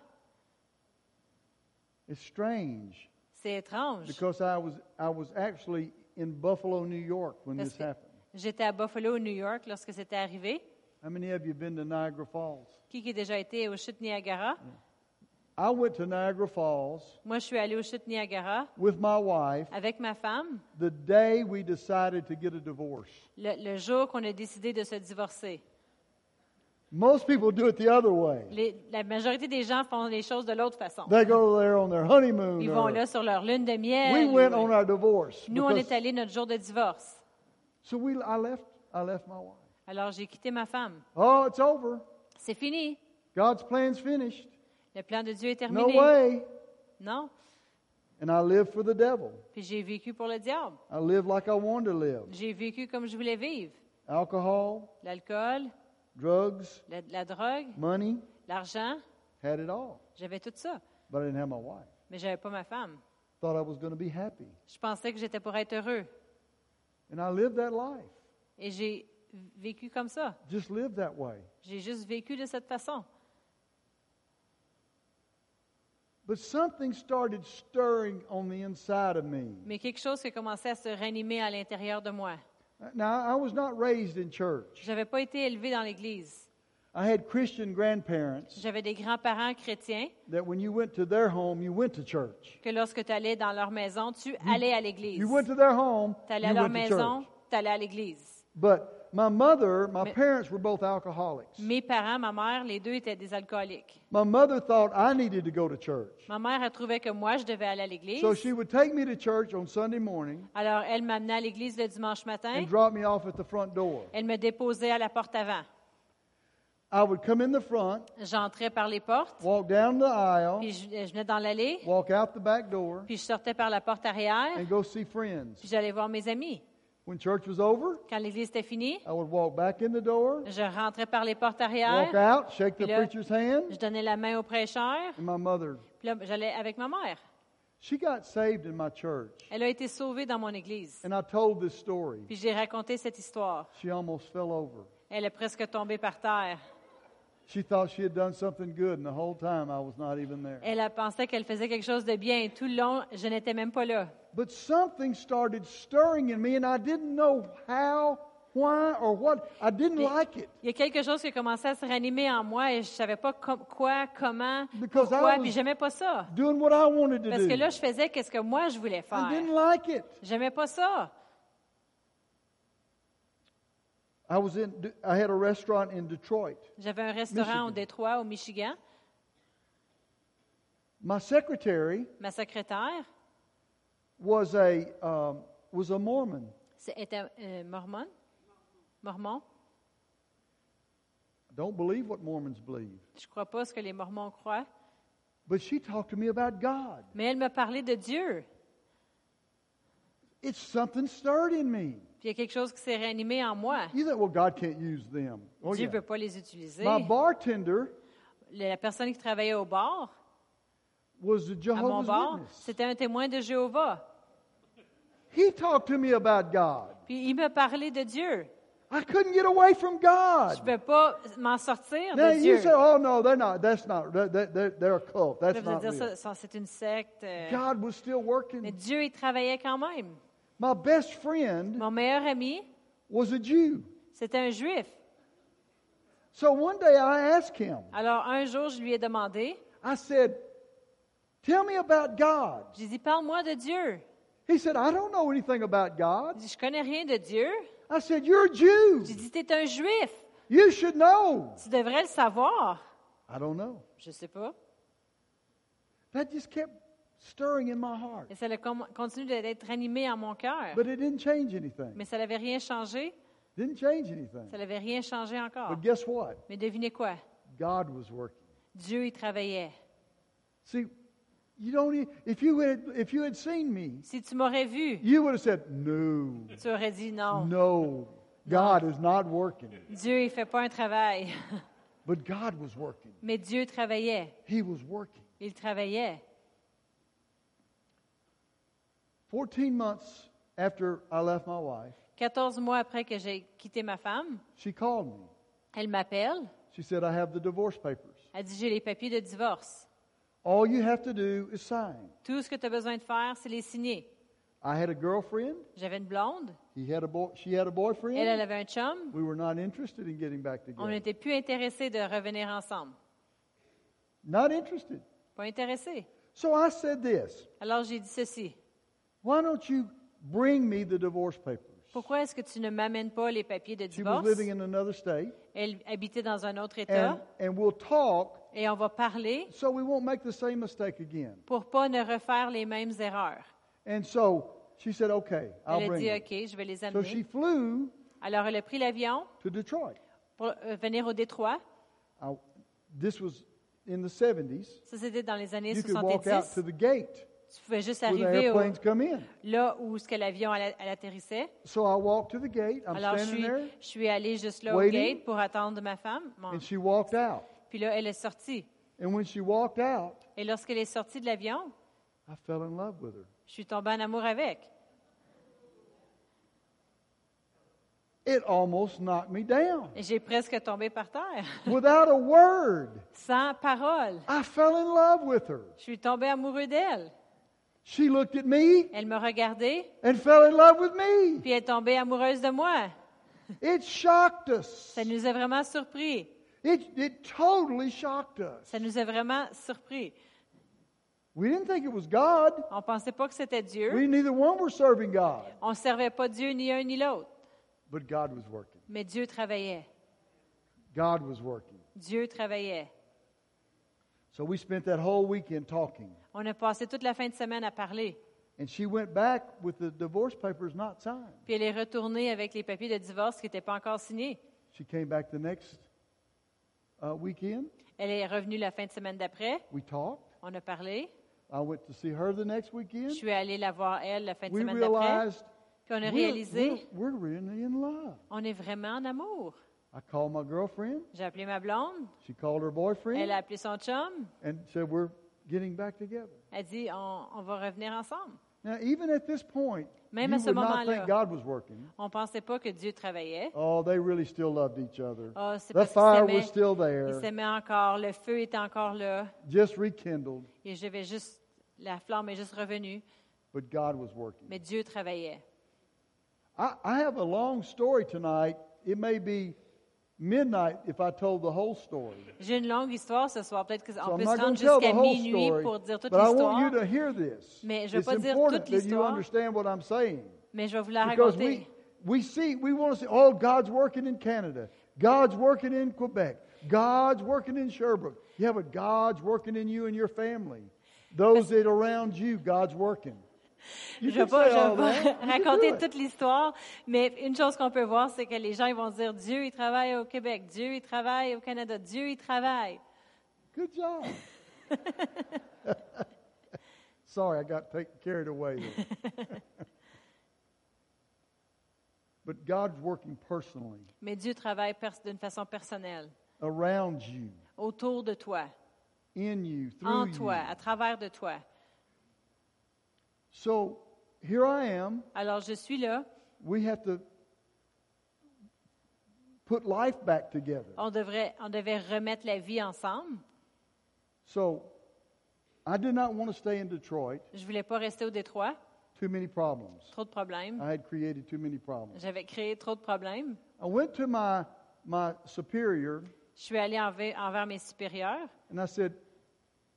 It's strange
C'est étrange.
because I was I was actually in Buffalo, New York when
That's
this
good.
happened.
J'étais à Buffalo, au New York, lorsque c'était arrivé.
How many of you been to Niagara Falls?
Qui, qui a déjà été aux chutes Niagara?
Mm. I went to Niagara Falls
Moi, je suis allée aux chutes Niagara
with my wife
avec ma femme
the day we decided to get a divorce.
le, le jour qu'on a décidé de se divorcer.
Most people do it the other way.
Les- la majorité des gens font les choses de l'autre façon.
They go there on their honeymoon.
Ils
or-
vont là sur leur lune de
we
miel.
went
ou-
on our divorce.
nous, on est
because-
allés notre jour de divorce.
so we I left I left my wife.
Alors, j'ai quitté ma femme.
Oh, it's over.
C'est fini.
God's plan's finished.
Le plan de Dieu est
No
terminé.
way.
Non.
And I lived for the devil.
Puis j'ai vécu pour le diable.
I lived like I wanted to live.
J'ai vécu comme je voulais vivre.
Alcohol,
L'alcool,
drugs,
la, la drogue,
money,
l'argent,
had it all.
j'avais tout ça.
But I didn't have my wife.
Mais j'avais pas ma femme.
Thought I was going to be happy.
Je pensais que j'étais pour être heureux.
And I lived that life.
Et j'ai vécu comme ça.
Just lived that way.
J'ai juste vécu de cette façon.
But something started stirring on the inside of me.
Mais quelque chose qui a commencé à se réanimer à l'intérieur de moi.
Now, I was not raised in church.
J'avais pas été élevée dans l'Église.
I had Christian grandparents
J'avais des grands-parents chrétiens
that when you went to their home, you went to church.
que lorsque tu allais dans leur maison, tu allais à l'Église.
You went to their home,
Tu
you
allais à leur
went to
maison,
church.
tu allais à l'Église.
But my mother, my
Mais-
parents were both alcoholics.
Mes parents, ma mère, les deux étaient des alcooliques.
My mother thought I needed to go to church.
Ma mère, elle trouvait que moi, je devais aller à l'Église.
So she would take me to church on Sunday morning
Alors, elle m'amenait à l'église le dimanche matin.
and drop me off at the front door.
Elle me déposait à la porte avant.
I would come in the front,
J'entrais par les portes,
walk down the aisle,
puis je, je venais dans l'allée,
walk out the back door,
puis je sortais par la porte arrière,
and go see friends.
puis j'allais voir mes amis.
When church was over,
Quand l'église était finie,
I would walk back in the door,
je rentrais par les portes
walk
arrière,
out, shake the
Puis là-
preacher's
je
hand,
donnais la main au prêcheur,
and my mother.
puis là, j'allais avec ma mère.
She got saved in my church,
Elle a été sauvée dans mon église.
and I told this story.
Puis j'ai raconté cette histoire.
She almost fell over.
Elle est presque tombée par terre.
She thought she had done something good, and the whole time I was not even there.
Elle a pensé qu'elle faisait quelque chose de bien et tout le long, je n'étais même pas là.
But something started stirring in me, and I didn't know how, why, or what. I didn't like it
Il y a quelque chose qui a commencé à se réanimer en moi et je ne savais pas com- quoi, comment,
Because I
pourquoi,
was-
puis j'aimais pas ça.
doing what I wanted to
Parce
do.
que là, je faisais qu'est-ce que moi je voulais
I
faire.
didn't like it.
J'aimais pas ça.
I was in. I had a restaurant in Detroit.
J'avais un restaurant au
Michigan.
Détroit, au Michigan.
My secretary
Ma secrétaire
was a um, was a Mormon,
c'est- était euh, mormone. Mormons.
I don't believe what Mormons believe.
Je ne crois pas ce que les Mormons croient.
But she talked to me about God.
Mais elle me parlait de Dieu.
It's something stirred in me.
Puis il y a quelque chose qui s'est réanimé en moi.
You think, well, God can't use them. Oh,
Dieu
yeah.
ne peut pas les utiliser.
My bartender
La personne qui travaillait au bar,
was a
à mon
Jehovah's
bar,
Witness.
c'était un témoin de Jéhovah.
He talked to me about God.
Puis il me parlait de Dieu.
I couldn't get away from
Je
God.
ne peux pas m'en sortir
Now
de Dieu.
you say, oh no, they're not. That's not. They're, they're, they're a cult.
Là,
That's
vous allez
not
dire,
real.
ça, ça, c'est une secte. euh,
God was still
Mais
working.
Dieu, il travaillait quand même.
My best friend
Mon meilleur ami,
was a Jew.
c'était un juif.
So one day I asked him,
Alors, un jour, je lui ai demandé,
I said, Tell me about God.
j'ai dit, parle-moi de Dieu.
He said, I don't know anything about
Il
God.
dit, je connais rien de Dieu.
I said, You're a Jew.
J'ai dit, t'es un juif.
You should know.
Tu devrais le savoir.
I don't know.
Je sais pas.
That just kept stirring in my heart.
Et ça a com- continué d'être animé en mon cœur.
But it didn't change anything.
Mais ça n'avait rien changé.
Didn't change anything.
Ça n'avait rien changé encore.
But guess what?
Mais devinez quoi?
God was working.
Dieu y travaillait.
See, you don't. e- If you had, if you had seen me,
Si tu m'aurais vu,
you would have said, "No,
tu aurais dit non.
no, God is not working."
Dieu, il fait pas un travail.
But God was working.
Mais Dieu travaillait.
He was working.
Il travaillait.
14 months after I left my wife,
14 mois après que j'ai quitté ma femme,
she called me.
elle m'appelle.
She said, I have the divorce papers.
Elle dit, j'ai les papiers de divorce.
All you have to do is sign.
Tout ce que tu as besoin de faire, c'est les signer.
I had a girlfriend.
J'avais une blonde.
He had a boy, she had a boyfriend.
Elle, elle avait un chum.
we were not interested in getting back
On
together.
n'était plus intéressés de revenir ensemble.
Not interested.
Pas intéressés.
So I said this
Alors j'ai dit ceci.
Why don't you bring me the divorce papers?
Pourquoi est-ce que tu ne m'amènes pas les papiers de
She was
divorce?
living in another state,
Elle habitait dans un autre
and,
État
and we'll talk
et on va parler
so we won't make the same mistake again.
pour pas ne refaire les mêmes erreurs.
And so she said, Okay, I'll
Elle a
bring
dit,
them.
OK, je vais les
So she
amener.
flew
Alors, elle a pris l'avion
to Detroit.
pour euh, venir au Détroit.
I, this was in the 70s.
Ça, c'était dans les années
You could walk out
70.
to the gate
Tu pouvais juste
where the
arriver au-
airplanes come in.
là où ce que l'avion allait- elle atterrissait.
So I walked to the gate. I'm
Alors, je
standing
suis,
there,
je suis allée juste là au
waiting.
gate pour attendre ma femme. Mon-
and she walked out.
Puis là, elle est sortie.
And when she walked out,
Et lorsqu'elle est sortie de l'avion,
I fell in love with her.
je suis tombée en amour avec.
It almost knocked me down.
Et J'ai presque tombé par terre,
Without a word,
sans parole.
I fell in love with her.
Je suis tombée amoureux d'elle.
She looked at me
Elle me regardait,
and fell in love with me.
puis elle est tombée amoureuse de moi.
It shocked us.
Ça nous a vraiment surpris.
It, it totally shocked us.
Ça nous a vraiment surpris.
We didn't think it was God.
On ne pensait pas que c'était Dieu.
We neither one were serving God,
On ne servait pas Dieu ni un ni l'autre.
but God was working.
Mais Dieu travaillait.
God was working.
Dieu travaillait.
So we spent that whole weekend talking.
On a passé toute la fin de semaine à parler.
And she went back with the divorce papers not signed.
Puis elle est retournée avec les papiers de divorce qui n'étaient pas encore signés.
She came back the next uh, weekend.
Elle est revenue la fin de semaine d'après.
We talked.
On a parlé.
I went to see her the next
Je
weekend.
suis allée la voir, elle, la fin de
We
semaine d'après.
realized
Puis on a
we're,
réalisé,
we're- we're really in love.
on est vraiment en amour.
I called my girlfriend.
J'ai appelé ma blonde.
She called her boyfriend
Elle a appelé son chum.
and said, We're getting back together.
Elle dit, on, on va revenir ensemble.
Now, even at this point,
Même
you
à ce
would not
moment-là.
think God was working.
On pensait pas que Dieu travaillait.
Oh, they really still loved each other.
Ah, c'est
the
parce qu'ils
fire
s'aimaient.
was still
Ils
there,
s'aimaient encore. Le feu était encore là.
just rekindled,
Et je vais juste, la flamme est juste revenue.
but God was working.
Mais Dieu travaillait.
I, I have a long story tonight. It may be midnight if I told the whole story.
J'ai une longue histoire ce soir. Peut-être qu'on
So I'm
peut
not
se
going to tell
rendre
the
jusqu'à
whole
minuit
story,
pour dire toute
but I want
l'histoire.
you to hear this.
Mais je veux
it's
pas dire
important
toute
that you
l'histoire.
understand what I'm saying
Mais je vais vous la
because
raconter.
we we see we want to see. Oh, God's working in Canada. God's working in Quebec. God's working in Sherbrooke. Yeah, but God's working in you and your family. Those that are around you, God's working.
Je
You
ne vais
can
pas,
say
je vais
all
pas
that. You can
raconter
do it.
toute l'histoire, mais une chose qu'on peut voir, c'est que les gens ils vont dire Dieu, il travaille au Québec, Dieu, il travaille au Canada, Dieu, il travaille.
Good job. Sorry, I got taken, carried away. there. but God's working personally
Mais Dieu travaille pers- d'une façon personnelle,
around you,
autour de toi,
in you, through
en
you.
toi, à travers de toi.
So here I am.
Alors je suis là,
We have to put life back together.
on, devrait, on devait remettre la vie ensemble.
So I did not want to stay in Detroit.
Je voulais pas rester au Détroit,
Too many problems.
trop de problèmes.
I had created too many problems.
J'avais créé trop de problèmes.
I went to my my superior
Je suis allée envers, envers mes supérieurs
and I said,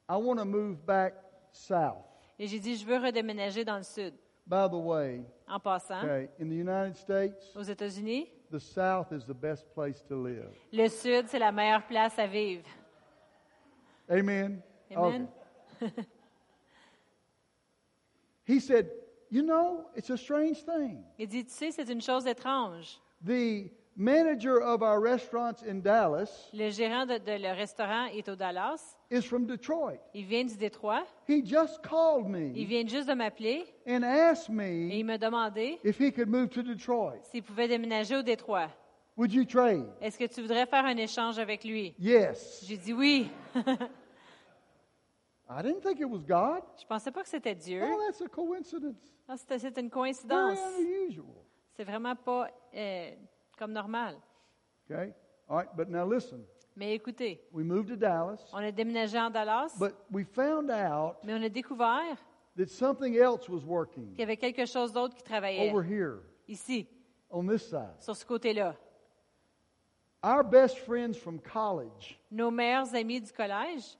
I want to move back south.
et j'ai dit, je veux redéménager dans le sud.
By the way,
En passant,
okay, in the United States,
aux États-Unis,
the South is the best place to live.
le sud, c'est la meilleure place à vivre.
Amen.
Amen.
He said, You know, it's a strange thing.
Il dit, tu sais, c'est une chose étrange.
The manager of our restaurants in Dallas
Le gérant de, de le restaurant est au Dallas.
is from Detroit.
Il vient du Détroit.
He just called
Il
me
vient juste de m'appeler
and asked
et il
me
me demandait
if he could move to Detroit.
s'il pouvait déménager au Détroit.
Would you trade?
Est-ce que tu voudrais faire un échange avec lui?
Yes.
J'ai dit oui.
I didn't think it was God.
Je pensais pas que c'était Dieu.
Oh, that's a coincidence.
Ah, C'était c'était une
Very
coïncidence.
unusual.
C'est vraiment pas euh, comme normal.
Okay? All right, but now listen.
Mais écoutez,
We moved to Dallas,
on a déménagé en Dallas,
but we found out
mais on a découvert
that something else was working
qu'il y avait quelque chose d'autre qui travaillait
over here
ici,
on this side.
sur ce côté-là.
Our best friends from college,
Nos meilleurs amis du collège,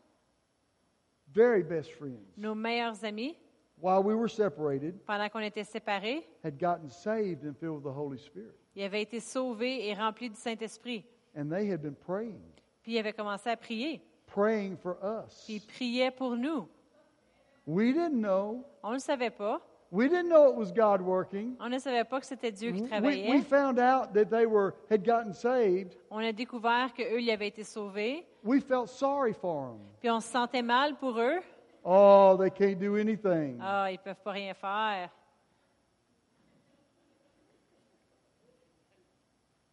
very best friends,
nos meilleurs amis,
while we were separated,
pendant qu'on était séparés,
had gotten saved and filled with the Holy Spirit.
ils avaient été sauvés et remplis du Saint-Esprit.
And they had been praying,
Puis ils avaient commencé à prier.
praying for us.
Puis ils priaient pour nous.
We didn't know.
On ne le savait pas.
We didn't know it was God working.
On ne savait pas que c'était Dieu qui
We, we
travaillait.
found out that they were had gotten saved.
On a découvert qu'eux, ils avaient été sauvés.
We felt sorry for them.
Puis on se sentait mal pour eux.
Oh, they can't do anything.
Ah, ils peuvent pas rien faire.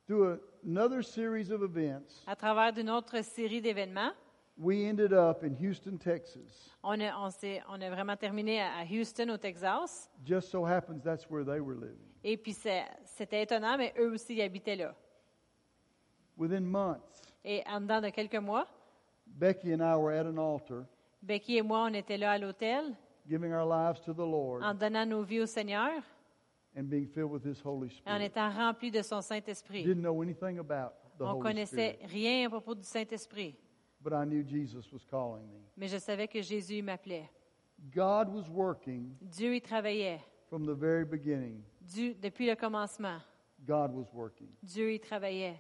Through another series of events,
À travers d'une autre série d'événements,
we ended up in Houston, Texas.
on a, on, s'est- on a vraiment terminé à à Houston, au Texas.
Just so happens that's where they were living.
Et puis c'est- c'était étonnant, mais eux aussi, ils habitaient là.
Within months,
Et en dedans de quelques mois,
Becky and I were at an altar
Becky et moi, on était là à l'hôtel,
giving our lives to the Lord
en donnant nos vies au Seigneur,
and being filled with His Holy
et en
Spirit.
étant remplis de son Saint-Esprit.
Didn't know anything about the
On
Holy
connaissait
Spirit,
rien à propos du Saint-Esprit,
but I knew Jesus was calling me.
mais je savais que Jésus il m'appelait.
God was working
Dieu y travaillait.
from the very beginning.
Dieu, depuis le commencement,
God was working.
Dieu y travaillait.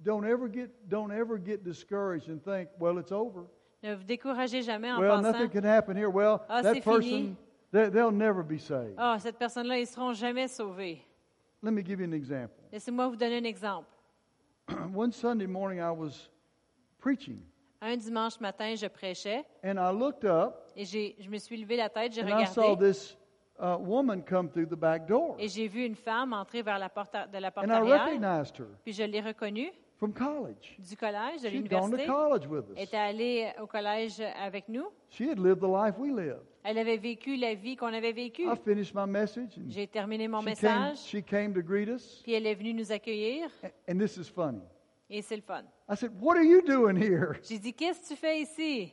Don't ever get don't ever get discouraged and think, well, it's over.
Ne vous découragez jamais en
Well,
pensant
nothing can happen here. Well,
Ah,
that
c'est fini.
person they, they'll never be saved.
Ah, cette personne-là, ils seront jamais sauvés.
Let me give you an example.
Laissez-moi vous donner un exemple.
One Sunday morning I was preaching
Un dimanche matin, je prêchais
and I looked up
et j'ai, je me suis levé la tête, j'ai
And I saw
regardé
this uh, woman come through the back door.
et j'ai vu une femme entrer vers la porte, de la porte
And I
arrière.
recognized her
Puis je l'ai reconnue
from college.
du collège, de
She'd gone to
l'université.
college with
Elle
us.
était allée euh, au collège avec nous.
She had lived the life we lived.
Elle avait vécu la vie qu'on avait vécue.
I finished my message and
J'ai terminé mon
Ah, she came,
message,
she came to greet us.
puis elle est venue nous accueillir
A- And this is funny.
et c'est le fun.
I said, What are you doing here?
J'ai dit, qu'est-ce que tu fais
I,
ici?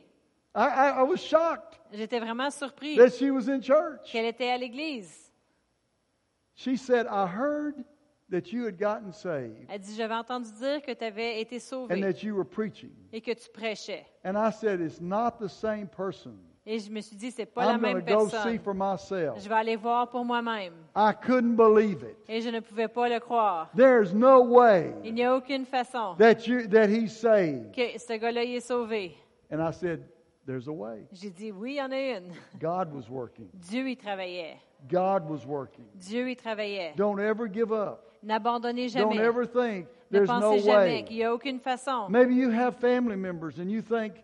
I, I was shocked
J'étais vraiment surpris
that she was in church.
qu'elle était à l'église.
She said, I heard that you had gotten saved
Elle dit, j'avais entendu dire que tu avais été
and
sauvé
that you were preaching.
et que tu prêchais.
And I said, It's not the same person.
Et je me suis dit, c'est pas la
I'm going to
même
go see
personne.
for myself.
Je vais aller voir pour moi-même.
I couldn't believe it.
Et je ne pouvais pas le croire.
There's no way
Il n'y a aucune façon
that you that he's saved.
que ce gars-là y est sauvé.
And I said, There's a way.
J'ai dit, oui, il y en a une.
God was working.
Dieu y travaillait.
God was working.
Dieu y travaillait.
Don't ever give up.
N'abandonnez
Don't
jamais.
ever think
Ne
there's no
pensez jamais
way.
qu'il n'y a aucune façon.
Maybe you have family members and you think,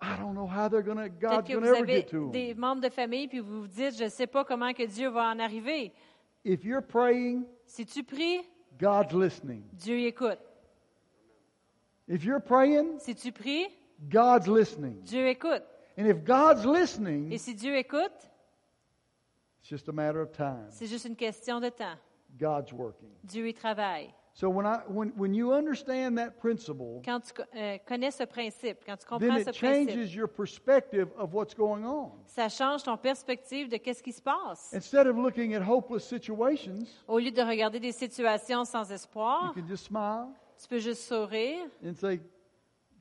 I don't know how they're going to,
Peut-être
God's
que
going
vous
to ever
avez
get to them.
des membres de famille puis vous vous dites, je ne sais pas comment que Dieu va en arriver.
If you're praying,
Si tu pries,
God's listening.
Dieu y écoute.
If you're praying,
Si tu pries,
God's listening.
Dieu écoute.
And if God's
Et
listening,
si Dieu écoute,
it's just a matter of time.
c'est juste une question de temps.
God's working.
Dieu y travaille.
So when I when when you understand that principle,
Quand tu co- euh, connais ce principe, quand tu
then
comprends ce
it
principe,
changes your perspective of what's going on.
ça change ton perspective de qu'est-ce qui se passe.
Instead of looking at hopeless situations,
Au lieu de regarder des situations sans
you
espoir,
can just smile
tu peux juste sourire
and say,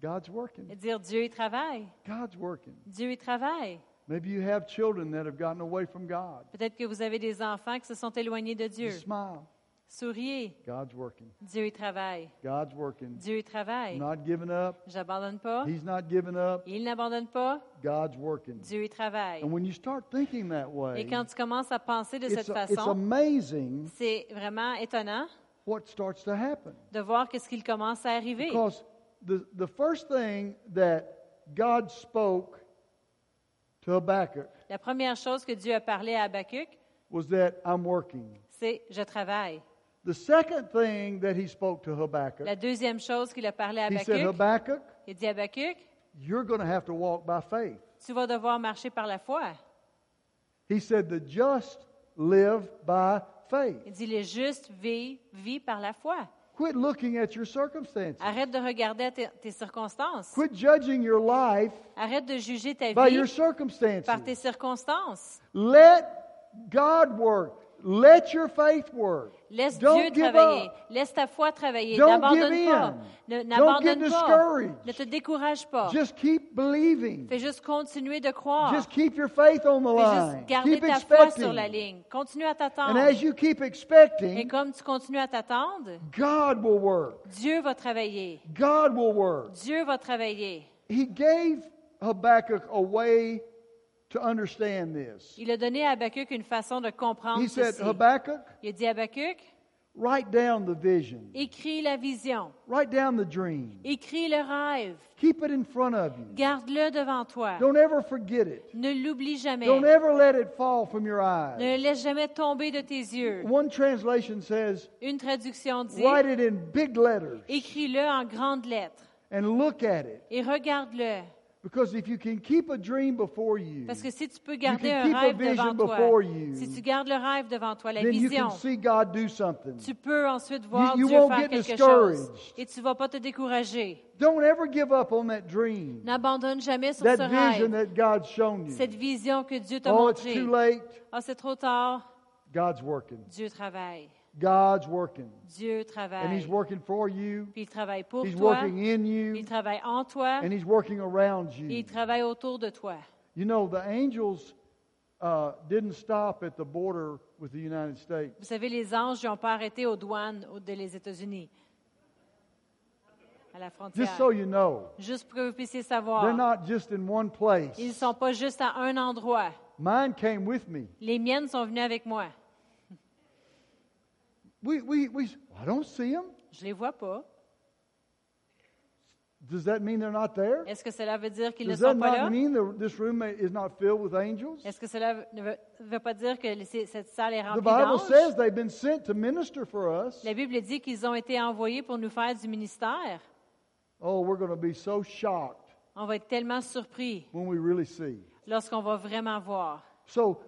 God's
et
working.
dire Dieu y travaille.
God's working.
Dieu y travaille.
Maybe you have children that have gotten away from God.
Peut-être que vous avez des enfants qui se sont éloignés de Dieu.
Just smile.
Souriez.
God's working.
Dieu y travaille.
God's working.
Dieu y travaille.
Not giving up.
J'abandonne pas.
He's not giving up.
Il n'abandonne pas.
God's working.
Dieu y travaille.
And when you start thinking that way,
Et quand tu commences à penser de cette
it's, it's
façon,
amazing
c'est vraiment étonnant
what starts to happen.
de voir qu'est-ce qu'il commence à arriver.
Because the, the first thing that God spoke to Habakkuk
La première chose que Dieu a parlé à Habakkuk,
was that I'm working.
c'est je travaille.
The second thing that he spoke to
La
Habakkuk,
deuxième chose qu'il a parlé à
he said,
Habakkuk,
Habakkuk,
il dit à Habakkuk,
you're going to have to walk by faith.
tu vas devoir marcher par la foi.
He said, the just live by faith.
Il dit les justes vivent vivent par la foi.
Quit looking at your circumstances.
Arrête de regarder à tes, tes circonstances.
Quit judging your life
Arrête de juger ta
by your
vie par
circumstances.
tes circonstances.
Let God work. Let your faith work.
Laisse
Don't
Dieu
give
travailler.
up.
Laisse ta foi travailler.
Don't
N'abandonne
give
pas.
in.
Ne-
Don't
N'abandonne
get
pas.
discouraged.
Ne te décourage pas.
Just keep believing.
Fais juste continuer de croire.
Just keep your faith on the
Fais juste
line. Keep
garder ta foi
expecting.
sur la ligne. Continue à
And
t'attendre.
as you keep
Et
expecting,
comme tu continues à t'attendre,
God will work.
Dieu va travailler.
God will work.
Dieu va travailler.
he gave Habakkuk a way to understand this.
Il a donné à Habakkuk une façon de comprendre
He said,
ceci.
Habakkuk,
Il a dit à Habakkuk,
write down the vision,
écris la vision,
write down the dream,
écris le rêve,
keep it in front of you.
garde-le devant toi.
Don't ever forget it.
Ne l'oublie jamais.
Don't ever let it fall from your eyes.
Ne le laisse jamais tomber de tes yeux.
One translation says,
Une traduction dit,
write it in big letters
écris-le en grandes lettres
and look at it.
et regarde-le.
Because if you can keep a dream before you,
Parce que si tu peux garder
can
un
keep a
rêve
vision
devant toi,
before you.
si tu gardes le rêve devant toi, la
then you
vision,
can see God do something.
tu peux ensuite voir
you
Dieu
won't
faire
get
quelque
discouraged.
chose et tu ne vas pas te décourager.
Don't ever give up on that dream,
N'abandonne jamais sur
that
ce
vision
rêve,
that God's shown you.
cette vision que Dieu t'a
Oh, it's
montrée.
too late.
Ah, c'est trop tard.
God's working.
Dieu travaille.
God's working.
Dieu
And He's
travaille.
working for you.
Puis il travaille pour
He's
toi.
working in
Il
you.
travaille en toi.
And He's working around
Et
you.
il travaille autour de toi.
You know, the angels uh, didn't stop at the border with the United States.
Vous savez, les anges n'ont pas arrêté aux douanes au- de les États-Unis, à la frontière.
Just so you know,
Juste pour que vous puissiez
they're
savoir,
not just in one
ils ne
place.
sont pas juste à un endroit.
Mine came with me.
Les miennes sont venues avec moi.
We, we, we, I don't see them.
Je les vois pas.
Does that mean they're not there?
Est-ce que cela veut dire qu'ils ne
Does that
sont pas
not
là?
mean that this room is not filled with angels?
Est-ce que cela ne veut, veut pas dire que les- cette salle est
The
remplie
Bible says
d'anges?
they've been sent to minister for us.
La Bible dit qu'ils ont été envoyés pour nous faire du ministère.
Oh, we're going to be so shocked
On va être tellement surpris
when we really see.
lorsqu'on va vraiment voir.
So,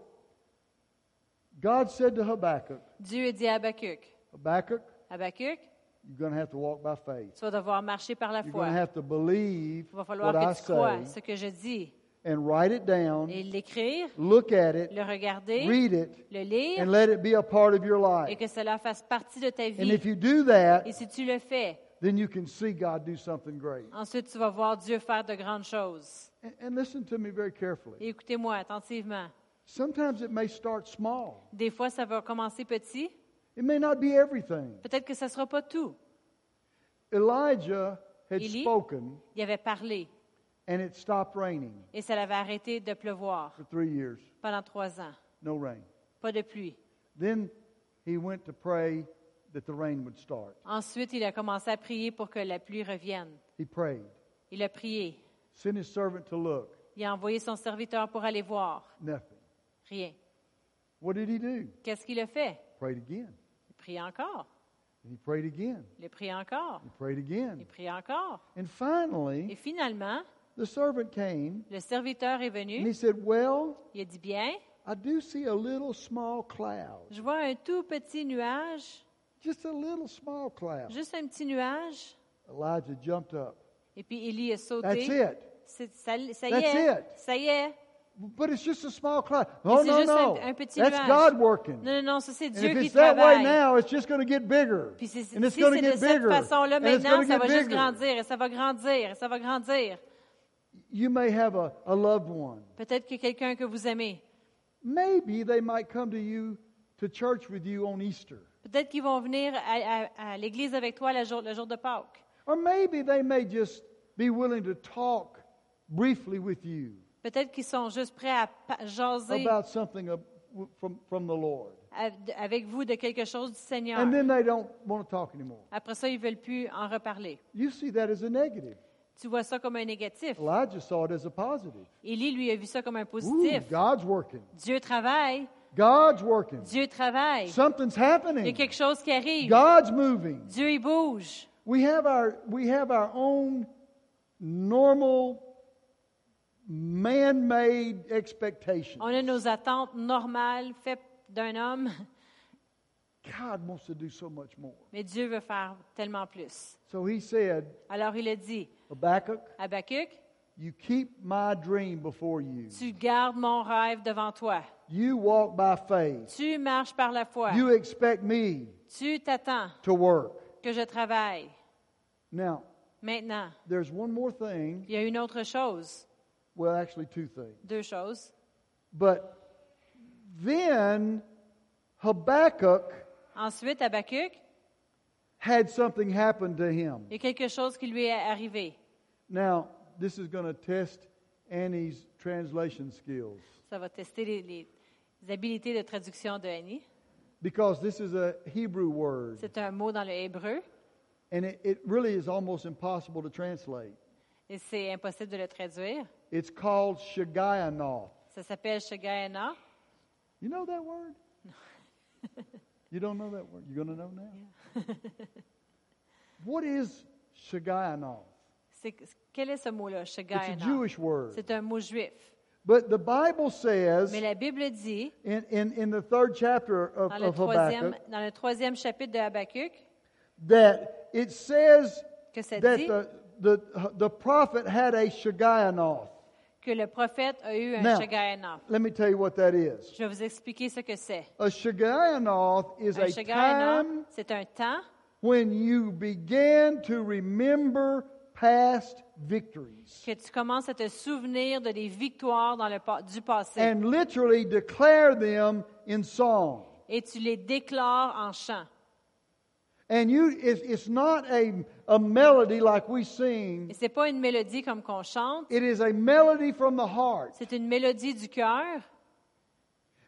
God said to Habakkuk,
Dieu dit à Habakkuk,
Habakkuk,
Habakkuk,
you're going to have to walk by faith.
tu vas devoir marcher par la
You're going to
foi.
have to believe
Il va falloir
what I
que tu
say
crois ce que je dis.
and write it down,
Et l'écrire,
look at it,
le regarder,
read it,
le
and
lire,
let it be a part of your
et
life.
que cela fasse partie de ta
And
vie.
if you do
Et
that,
si tu le fais,
then you can see God do something great.
ensuite tu vas voir Dieu faire de grandes choses.
And, and listen to me very
Et
carefully.
écoutez-moi attentivement.
Sometimes it may start small,
Des fois, ça va commencer petit.
it may not be everything.
Peut-être que ça ne sera pas tout.
Elijah had
Eli-
spoken,
Il avait parlé.
and it stopped raining
Et ça l'avait arrêté de pleuvoir
for three years.
pendant trois ans.
No rain.
Pas de pluie.
Then he went to pray that the rain would start.
Ensuite, il a commencé à prier pour que la pluie revienne.
He prayed,
Il a prié.
sent his servant to look,
Il a envoyé son serviteur pour aller voir.
nothing.
Rien.
What did he do?
Qu'est-ce qu'il a fait?
Prayed again.
Il prie encore.
And he prayed again.
Il a prié encore.
He prayed
Il
again.
prie encore.
And
Et
finally,
finalement,
the servant came
le serviteur est
and he
venu.
said, Well,
Il a dit Bien,
I do see a little small cloud.
je vois un tout petit nuage,
Just a little small cloud.
juste un petit nuage.
Elijah jumped up.
Et puis Élie a
That's
sauté.
it.
C'est- Ça, ça y
That's
est.
it.
Ça y est.
But it's just a small cloud. Oh, No,
c'est
no,
juste un-
no.
un petit
That's
nuage.
God working.
Non, non, non, ça c'est
And
Dieu
if
qui
it's that way
travaille.
now, it's just going to get bigger.
Puis c'est- si
and it's
c'est
going to
de
get
cette
bigger.
façon-là,
and it's
maintenant,
going to
ça
get
va juste
bigger.
grandir et ça va grandir et ça va grandir.
You may have a, a loved one.
Peut-être que quelqu'un que vous aimez,
Maybe they might come to you to church with you on Easter.
peut-être qu'ils vont venir à, à- à l'église avec toi le jour, le jour de Pâques.
Or maybe they may just be willing to talk briefly with you
Peut-être qu'ils sont juste prêts à pa- jaser
about something of- from, from the Lord.
à- de- avec vous de quelque chose du Seigneur.
And then they don't want to talk anymore.
Après ça, ils veulent plus en reparler.
You see that as a negative.
Tu vois ça comme un négatif.
Elijah saw it as a positive.
Élie, lui, a vu ça comme un
Ooh,
positif.
God's working.
Dieu travaille.
God's working.
Dieu travaille.
Something's
Il y a
happening.
quelque chose qui arrive.
God's moving.
Dieu, il bouge.
We have our we have our own normal man-made expectations.
On a nos attentes normales faites d'un homme,
God wants to do so much more.
mais Dieu veut faire tellement plus.
So he said,
Alors il a dit,
Habakkuk,
Habakkuk,
you keep my dream before you.
tu gardes mon rêve devant toi.
You walk by faith.
Tu marches par la foi.
You expect me
Tu t'attends
to work.
que je travaille.
Now,
Maintenant,
there's one more thing,
il y a une autre chose,
well actually two things.
deux choses.
But then Habakkuk
Ensuite, Habakkuk,
had something happen to him.
il y a quelque chose qui lui est arrivé.
Now, this is going to test Annie's translation skills
Ça va tester les, les- les habilités de traduction de Annie.
because this is a Hebrew word
C'est un mot dans le hébreu
and it, it really is almost impossible to translate.
et c'est impossible de le traduire.
It's called Shagayanoth.
Ça s'appelle Shagaena.
You know that word? you don't know that word. You're going to know now. what is Shagayanoth?
C'est- Quel est ce mot-là,
It's a
Shagaena?
Jewish word.
C'est un mot juif.
But the Bible says
Mais la Bible dit,
in, in, in the third chapter of,
dans le,
of Habakkuk
troisième, dans le troisième chapitre de Habakkuk,
that it says
que ça
that
dit
the, the, the prophet had a Shagayanoth.
que le prophète a eu un
Now,
Shagaena.
let me tell you what that is.
Je vais vous expliquer ce que c'est.
A Shagayanoth is
Un
a
Shagaena,
time
c'est un temps
when you began to remember past victories
que tu commences à te souvenir de des victoires dans le, pa- du passé
and literally declare them in song.
et tu les déclares en chant.
And you, it's, it's not a, a melody like we
Et
sing.
c'est pas une mélodie comme qu'on chante,
It is a melody from the heart,
c'est une mélodie du cœur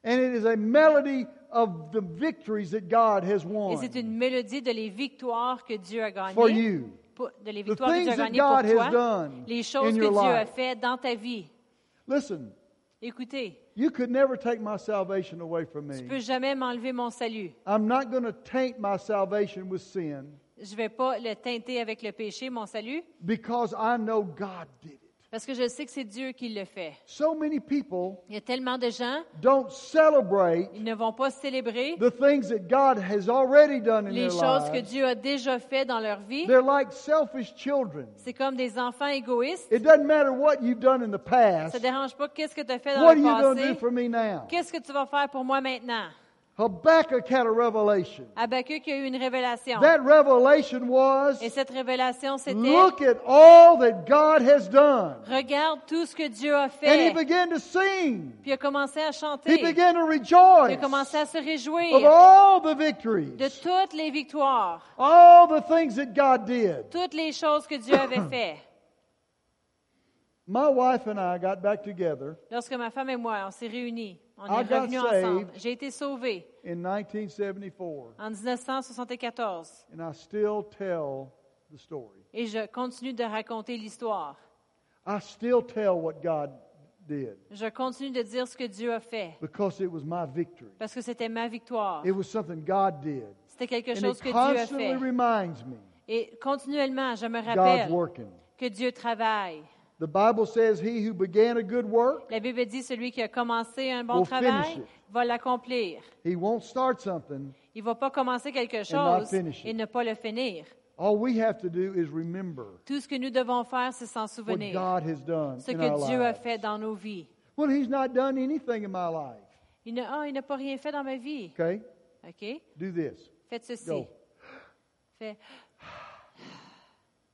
and it is a melody of the victories that God has
et
won
c'est une mélodie de les victoires que Dieu a
for
gagnées.
you.
pour- de les
The
victoires que
things
Dieu a
that
gagnées pour
God has
toi,
done
les
in
choses que
your
Dieu a
life.
faites dans ta vie.
Listen,
Écoutez,
you could never take my salvation away from
tu peux
me.
jamais m'enlever mon salut.
I'm not going to taint my salvation with sin
Je vais pas le teinter avec le péché, mon salut,
because I know God did it.
parce que je sais que c'est Dieu qui le fait.
So many people
Il y a tellement de gens,
don't celebrate
ils ne vont pas célébrer
the things that God has already done in
les
their
choses que
lives.
Dieu a déjà fait dans leur vie.
They're like selfish children.
C'est comme des enfants égoïstes.
It doesn't matter what you've done in the past.
Ça dérange pas qu'est-ce que tu as fait dans
What are
le
you going to do
passé.
for me now?
Qu'est-ce que tu vas faire pour moi maintenant?
Habakkuk had a revelation.
Habakkuk a eu une révélation.
That revelation was
Et cette révélation, c'était
look at all that God has done.
Regarde tout ce que Dieu a
And
fait.
he began to sing.
Puis il a commencé à
He
chanter.
began to
Il a
rejoice
commencé à se
of
réjouir
all the
de
victories,
toutes les victoires,
all the things that God did.
toutes les choses que Dieu avait fait.
My wife and I got back together
Lorsque ma femme et moi, on s'est réunis, on
I
est
got
revenus
saved.
ensemble. J'ai été sauvée
in 1974,
en 1974
and I still tell the story.
et je continue de raconter l'histoire.
I still tell what God did
Je continue de dire ce que Dieu a fait
because it was my victory.
parce que c'était ma victoire.
It was something God did.
C'était quelque
And
chose
it
que Dieu a
constantly
fait.
reminds me
Et continuellement, je me
God's
rappelle
working.
que Dieu travaille.
The Bible says, He who began a good work,
La Bible dit celui qui a commencé un bon
Will finish
travail
it.
va l'accomplir.
he won't start something.
Il ne va pas commencer quelque
not
chose
finish it.
et ne pas le finir.
All we have to do is remember
Tout ce que nous devons faire, c'est s'en
what
souvenir.
God has done
Ce
in our
que Dieu a
lives.
fait dans nos vies.
Well, He's not done anything in my life.
Il n'a, ah, il n'a pas rien fait dans ma vie.
Okay?
OK?
Do this.
Faites ceci.
Go.
Fait-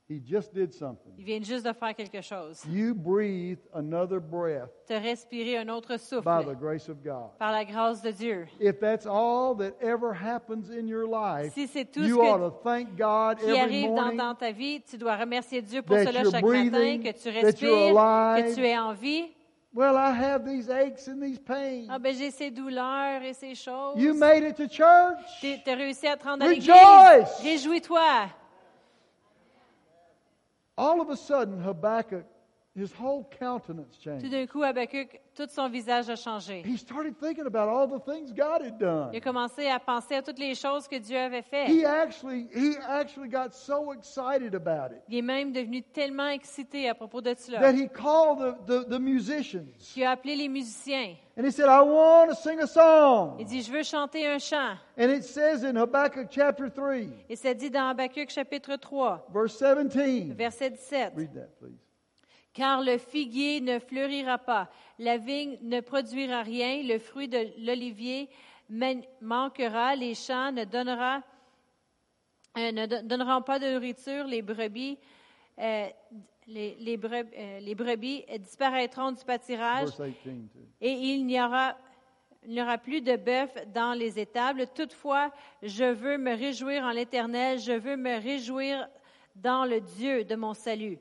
He just did something.
il vient juste de faire quelque chose.
You breathe another breath
Te respirer un autre
by the
souffle
grace of God.
par la grâce de Dieu.
If that's all that ever happens in your life,
Si c'est tout ce
you
que-
ought to thank God
qui
every
arrive dans,
morning
dans ta vie, tu dois remercier Dieu pour
that
cela
you're
chaque
breathing,
matin, que tu
that you're
respires,
alive.
que tu es en vie.
Well, I have these aches and these pains.
Ah ben j'ai ces douleurs et ces choses.
You made it to church.
Tu as réussi à te rendre à
Rejoice!
l'église. Réjouis-toi.
All of a sudden, Habakkuk, his whole countenance
Tout
changed.
d'un coup, Habakkuk, tout son visage a changé.
He started thinking about all the things God had done.
Il a commencé à penser à toutes les choses que Dieu avait faites.
He actually, he actually got so excited about it
Il est même devenu tellement excité à propos de cela
that he called the, the, the musicians
qu'il a appelé les musiciens.
and he said, I want to sing a
Il
song.
dit, je veux chanter un chant.
And it says in Habakkuk chapter 3,
Et ça dit dans Habakkuk chapitre 3,
verse 17.
verset 17.
Read that, please.
Car le figuier ne fleurira pas, la vigne ne produira rien, le fruit de l'olivier man- manquera, les champs ne donnera- euh, ne don- donneront pas de nourriture, les brebis, euh, les, les breb- euh, les brebis disparaîtront du pâtirage
Verse 18, too.
et il n'y aura, il n'y aura plus de bœuf dans les étables. Toutefois, je veux me réjouir en l'Éternel, je veux me réjouir dans le Dieu de mon salut.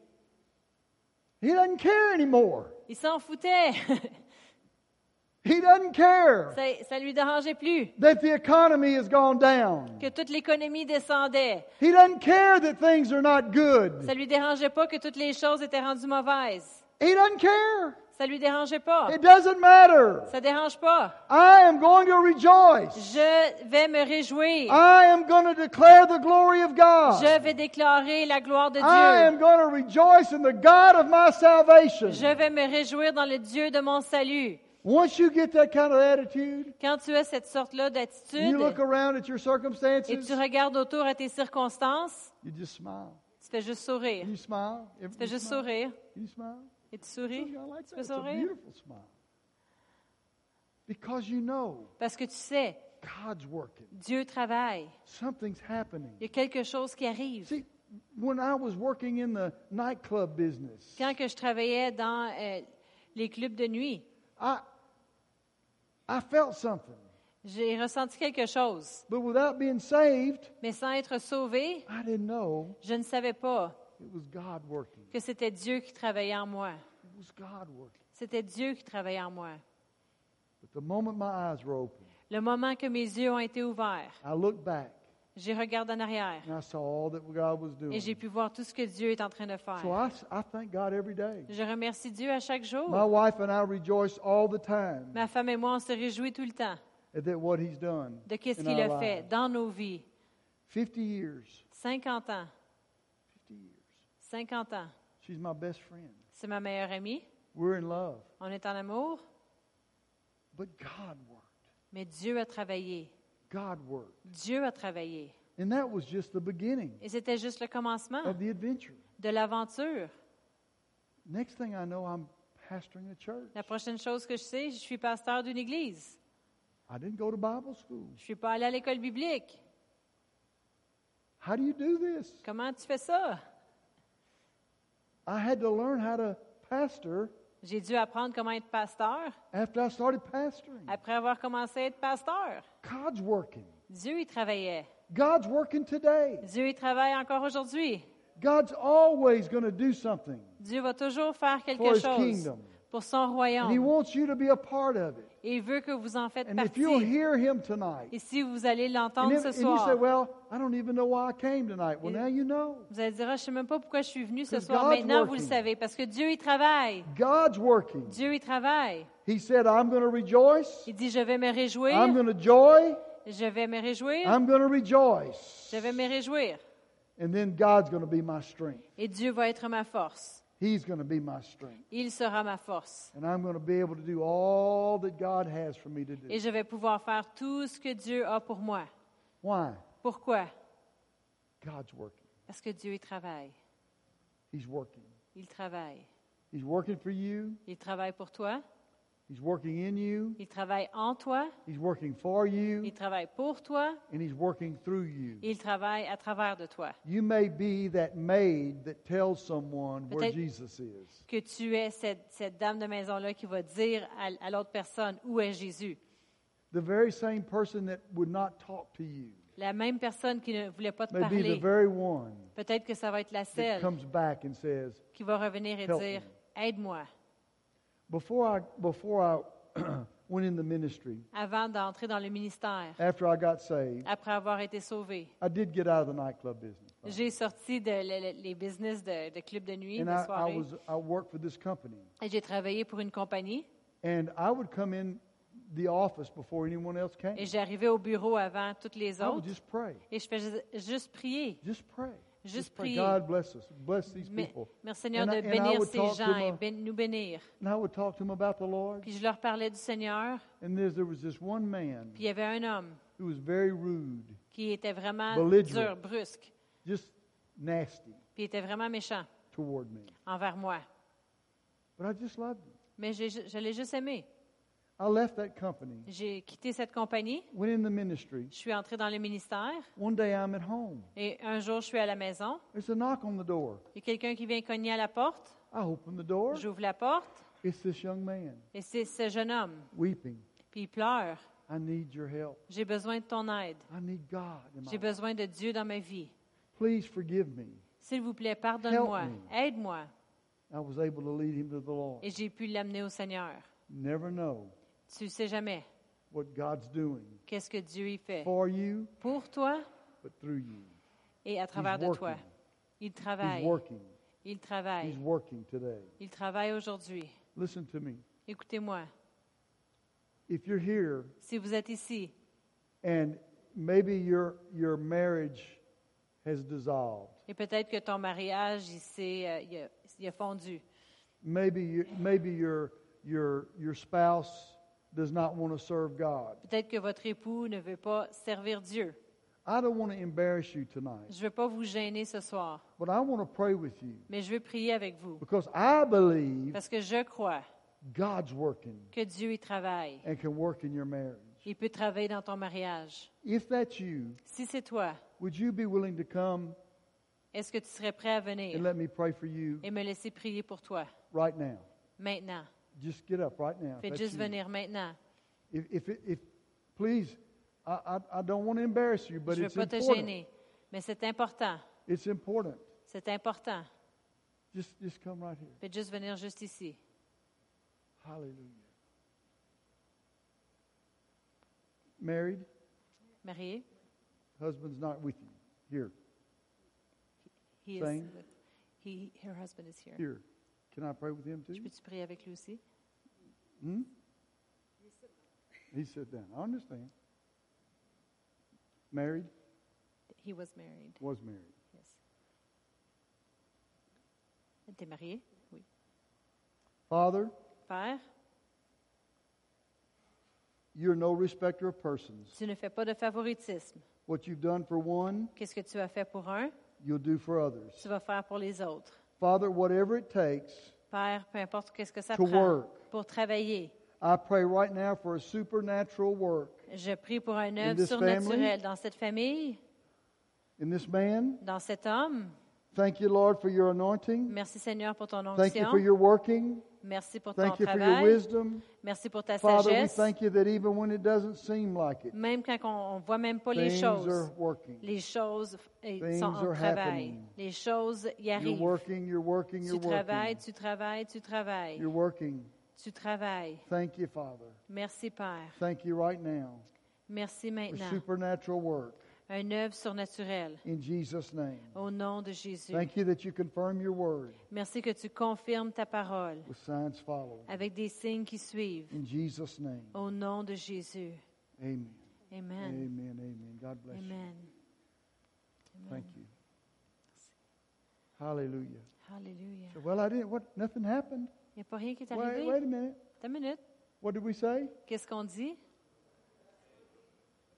He doesn't care anymore.
Il s'en foutait.
He doesn't care
ça, ça lui dérangeait plus
that the economy has gone down.
que toute l'économie descendait.
He doesn't care that things are not good.
Ça lui dérangeait pas que toutes les choses étaient rendues mauvaises.
He doesn't care.
Ça lui dérangeait pas.
It doesn't matter.
Ça dérange pas.
I am going to rejoice.
Je vais me réjouir.
I am going to declare the glory of God.
Je vais déclarer la gloire de
I am
Dieu.
going to rejoice in the God of my salvation.
Je vais me réjouir dans le Dieu de mon salut.
Once you get that kind of attitude,
Quand tu as cette sorte-là
you
d'attitude
look around at your
et
circumstances,
tu regardes autour à tes circonstances,
you just smile.
tu fais juste sourire.
You smile. You
Tu fais juste
smile.
sourire.
You smile.
Et tu souris.
Look, I like that.
Tu fais
It's a
sourire.
beautiful smile. Because you know
Parce que tu sais,
God's working.
Dieu travaille.
Something's happening.
Il y a quelque chose qui arrive.
See, when I was working in the nightclub business,
Quand que je travaillais dans euh, les clubs de nuit,
I I felt something,
j'ai ressenti quelque chose.
but without being saved,
Mais sans être sauvé,
I didn't know
je ne savais pas
it was God working.
que c'était Dieu qui travaillait en moi.
It was God working.
C'était Dieu qui travaillait en moi.
But the moment my eyes were open,
Le moment que mes yeux ont été ouverts,
I looked back
j'ai regardé en arrière
and I saw all that God was
et j'ai
doing.
pu voir tout ce que Dieu est en train de
So
faire.
I, I thank God every day.
Je remercie Dieu à chaque
My
jour.
wife and I rejoice all the time
Ma femme et moi, on se réjouit tout le temps
at that what He's done.
de qu'est-ce
in
qu'il
our
a fait
lives.
dans nos vies.
50 years.
50 ans,
50 years.
50 ans.
She's my best friend.
C'est ma meilleure amie.
We're in love.
On est en amour,
But God worked.
mais Dieu a travaillé.
God worked.
Dieu a travaillé.
And that was just the beginning
Et c'était juste le commencement
of the adventure.
de l'aventure.
Next thing I know, I'm pastoring a church.
La prochaine chose que je sais, je suis pasteur d'une église.
I didn't go to Bible school.
Je suis pas allé à l'école biblique.
How do you do this?
Comment tu fais ça?
I had to learn how to pastor
J'ai dû apprendre comment être pasteur
after I started pastoring.
après avoir commencé à être pasteur.
God's working.
Dieu y travaillait.
God's working today.
Dieu y travaille encore aujourd'hui.
God's always going to do something.
Dieu va toujours faire
for
quelque
His
chose
kingdom.
pour son
And He
royaume.
wants you to be a part of it.
Et il veut que vous en faites
And if you'll
partie.
hear Him tonight,
Et si vous allez
and,
l'entendre
if,
ce
and you say,
soir,
Well, I don't even know why I came tonight. Well,
Et-
now you know.
vous allez dire, Ah, je ne sais même pas pourquoi je suis venu ce
Because
soir.
God's
Maintenant, vous le
working.
savez, parce que Dieu y travaille.
God's working.
Dieu y travaille.
He said, I'm going to rejoice.
Il dit, je vais me réjouir,
I'm going to joy.
je vais me réjouir,
I'm going to rejoice.
je vais me réjouir.
And then God's going to be my strength.
Et Dieu va être ma force.
He's going to be my strength.
Il sera ma force.
And I'm going to be able to do all that God has for me to
Et
do.
je vais pouvoir faire tout ce que Dieu a pour moi.
Why?
Pourquoi?
God's working.
Parce que Dieu y travaille.
He's working.
Il travaille.
He's working for you.
Il travaille pour toi.
He's working in you.
Il travaille en toi.
He's working for you.
Il travaille pour toi.
And He's working through you.
Il travaille à travers de toi.
You may be that maid that tells someone where
Peut-être-
Jesus is.
Que tu es cette, cette dame de maison-là qui va dire à, à l'autre personne où est Jésus.
The very same person that would not talk to you
La même personne qui ne voulait pas te
may be the
parler.
very one
Peut-être que ça va être la
that
selle
comes back and says,
qui va revenir et
Help
dire Aide-moi.
Before I before I went in the ministry,
Avant d'entrer dans le ministère,
after I got saved,
après avoir été sauvé,
I did get out of the nightclub business. right?
j'ai sorti de, le- le- les business de, de clubs de nuit,
And
de
I, I
soirée,
was I worked for this company.
et j'ai travaillé pour une compagnie.
And I would come in the office before anyone else
Et
came.
j'arrivais au bureau avant toutes les
I would
autres.
just pray.
Et je faisais juste prier.
Just pray.
Juste
pray.
prier.
God bless us. Bless these
Mais,
people.
merci Seigneur
And I-
de
and I
bénir
would
ces
talk to
gens et
my-
bén- nous bénir.
And I would talk to them about the Lord.
Puis je leur parlais du Seigneur.
And there, there was this one man
Puis il y avait un homme
who was very rude,
qui était vraiment
Belligerent.
dur, brusque.
just nasty
Puis il était vraiment méchant
toward me.
envers moi.
But I just loved him.
Mais j'ai ju- je l'ai juste aimé.
I left that company,
J'ai quitté cette compagnie.
went in the ministry.
Je suis entrée dans le ministère.
One day I'm at home.
Et un jour, je suis à la maison.
There's a knock on the door.
Il y a quelqu'un qui vient cogner à la porte.
I open the door.
J'ouvre la porte.
It's this young man
Et c'est ce jeune homme.
weeping.
Puis il pleure.
I need your help.
J'ai besoin de ton aide.
I need God. In my
J'ai
life.
besoin de Dieu dans ma vie.
Please forgive me.
S'il vous plaît, pardonne-moi.
Help me.
Aide-moi.
I was able to lead him to the Lord.
Et j'ai pu l'amener au Seigneur.
Never know
Tu sais jamais
what God's doing
qu'est-ce que Dieu y fait
for you,
pour toi
but through you.
et à travers de
working.
toi. Il
He's
travaille.
working.
Il
He's
travaille.
working today.
Il travaille aujourd'hui.
Listen to me.
Écoutez-moi.
If you're here
Si vous êtes ici
and maybe your your marriage has dissolved,
et peut-être que ton mariage il s'est euh, il a, il a fondu,
maybe you, maybe your your your spouse does not want to serve God.
peut-être que votre époux ne veut pas servir Dieu.
I don't want to embarrass you tonight,
Je ne veux pas vous gêner ce soir,
but I want to pray with you
mais je veux prier avec vous
because I believe
parce que je crois
God's working
que Dieu y travaille.
and can work in your marriage.
Il peut travailler dans ton mariage.
If that's you,
Si c'est toi,
would you be willing to come
est-ce que tu serais prêt à
and
venir
let me pray for you
et me laisser prier pour toi
right now?
maintenant?
Just get up right now. if
Fais
that's
juste
you.
venir maintenant.
If, if, it- if, please, I, I, I don't want to embarrass you, but
je ne
it's
veux pas te
important.
gêner, mais c'est important.
It's important.
C'est important.
Just, just come right here.
Fais juste venir juste ici.
Hallelujah. Married,
Marié?
husband's not with you. Here,
He
Same.
is, he, her husband is here.
here. Can I pray with him
Je
too?
peux-tu prier avec lui aussi?
Hmm? He sat down. I understand. Married,
He was married.
was married.
Yes. T'es marié? Oui.
Father,
Père,
you're no respecter of persons.
tu ne fais pas de favoritisme.
What you've done for one,
Qu'est-ce que tu as fait pour un,
you'll do for others.
tu vas faire pour les autres.
Father, whatever it takes,
Père, peu importe qu'est-ce que ça
To
prend
work.
pour travailler.
I pray right now for a supernatural work
Je prie pour un
In
œuvre
this family.
surnaturelle dans cette famille,
in this man,
dans cet homme,
Thank you, Lord, for your anointing.
Merci Seigneur pour ton
Thank you
onction.
for your working.
Merci pour ton
Thank you for your
travail.
wisdom.
Merci pour ta
Father, we
sagesse.
thank you that even when it doesn't seem like it,
Même quand on, on voit même pas les
things are
choses,
working.
les choses eh,
Things
sont en
are
travail.
happening.
Les choses y
You're
arrivent.
working, you're working, you're
Tu travailles,
working.
tu travailles, tu travailles,
You're working.
tu travailles.
Thank you, Father.
Merci Père.
Thank you right now
Merci
for
maintenant.
supernatural work
Un œuvre surnaturelle
in Jesus' name.
au nom de Jésus.
Thank you that you confirm your word
Merci que tu confirmes ta parole
with signs following.
avec des signes qui suivent
In Jesus' name.
au nom de Jésus.
Amen.
Oh. Amen.
Amen. Amen. God bless you.
Amen.
Thank you. Hallelujah.
Hallelujah.
So, well, I didn't. What? Nothing happened.
Il n'y a pas rien qui est
Wait,
arrivé.
wait a minute.
Attends une minute.
What did we say?
Qu'est-ce qu'on dit?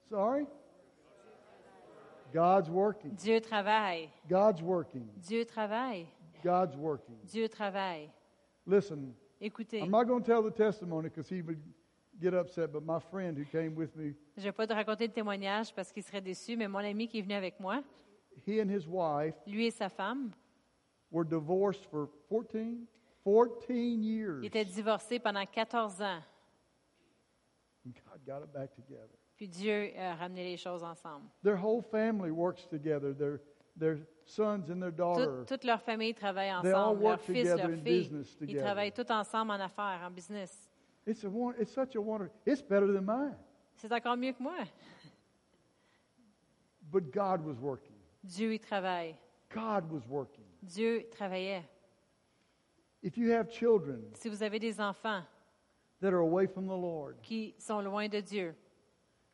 Sorry. God's working.
Dieu travaille.
God's working.
Dieu travaille.
God's working.
Dieu travaille.
Listen,
Écoutez,
I'm not going to tell the testimony because he would get upset. But my friend who came with me,
je ne vais pas te raconter le témoignage parce qu'il serait déçu, mais mon ami qui est venu avec moi,
he and his wife
lui et sa femme,
were divorced for 14, 14 years.
ils étaient divorcés pendant 14 ans.
And God got it back together.
Puis Dieu a ramené les choses ensemble.
Their whole family works together. Their their sons and their daughter.
Tout- toute leur famille travaille
Oh. They all
ensemble, leurs
work
fils,
together
leurs
in
filles.
business
Ils travaillent
together.
tous ensemble en affaires, en business.
It's a won- it's such a wonder. It's better than mine.
C'est encore mieux que moi.
But God was working.
Dieu y travaille.
God was working.
Dieu travaillait.
If you have children
Si vous avez des enfants
that are away from the Lord
qui sont loin de Dieu,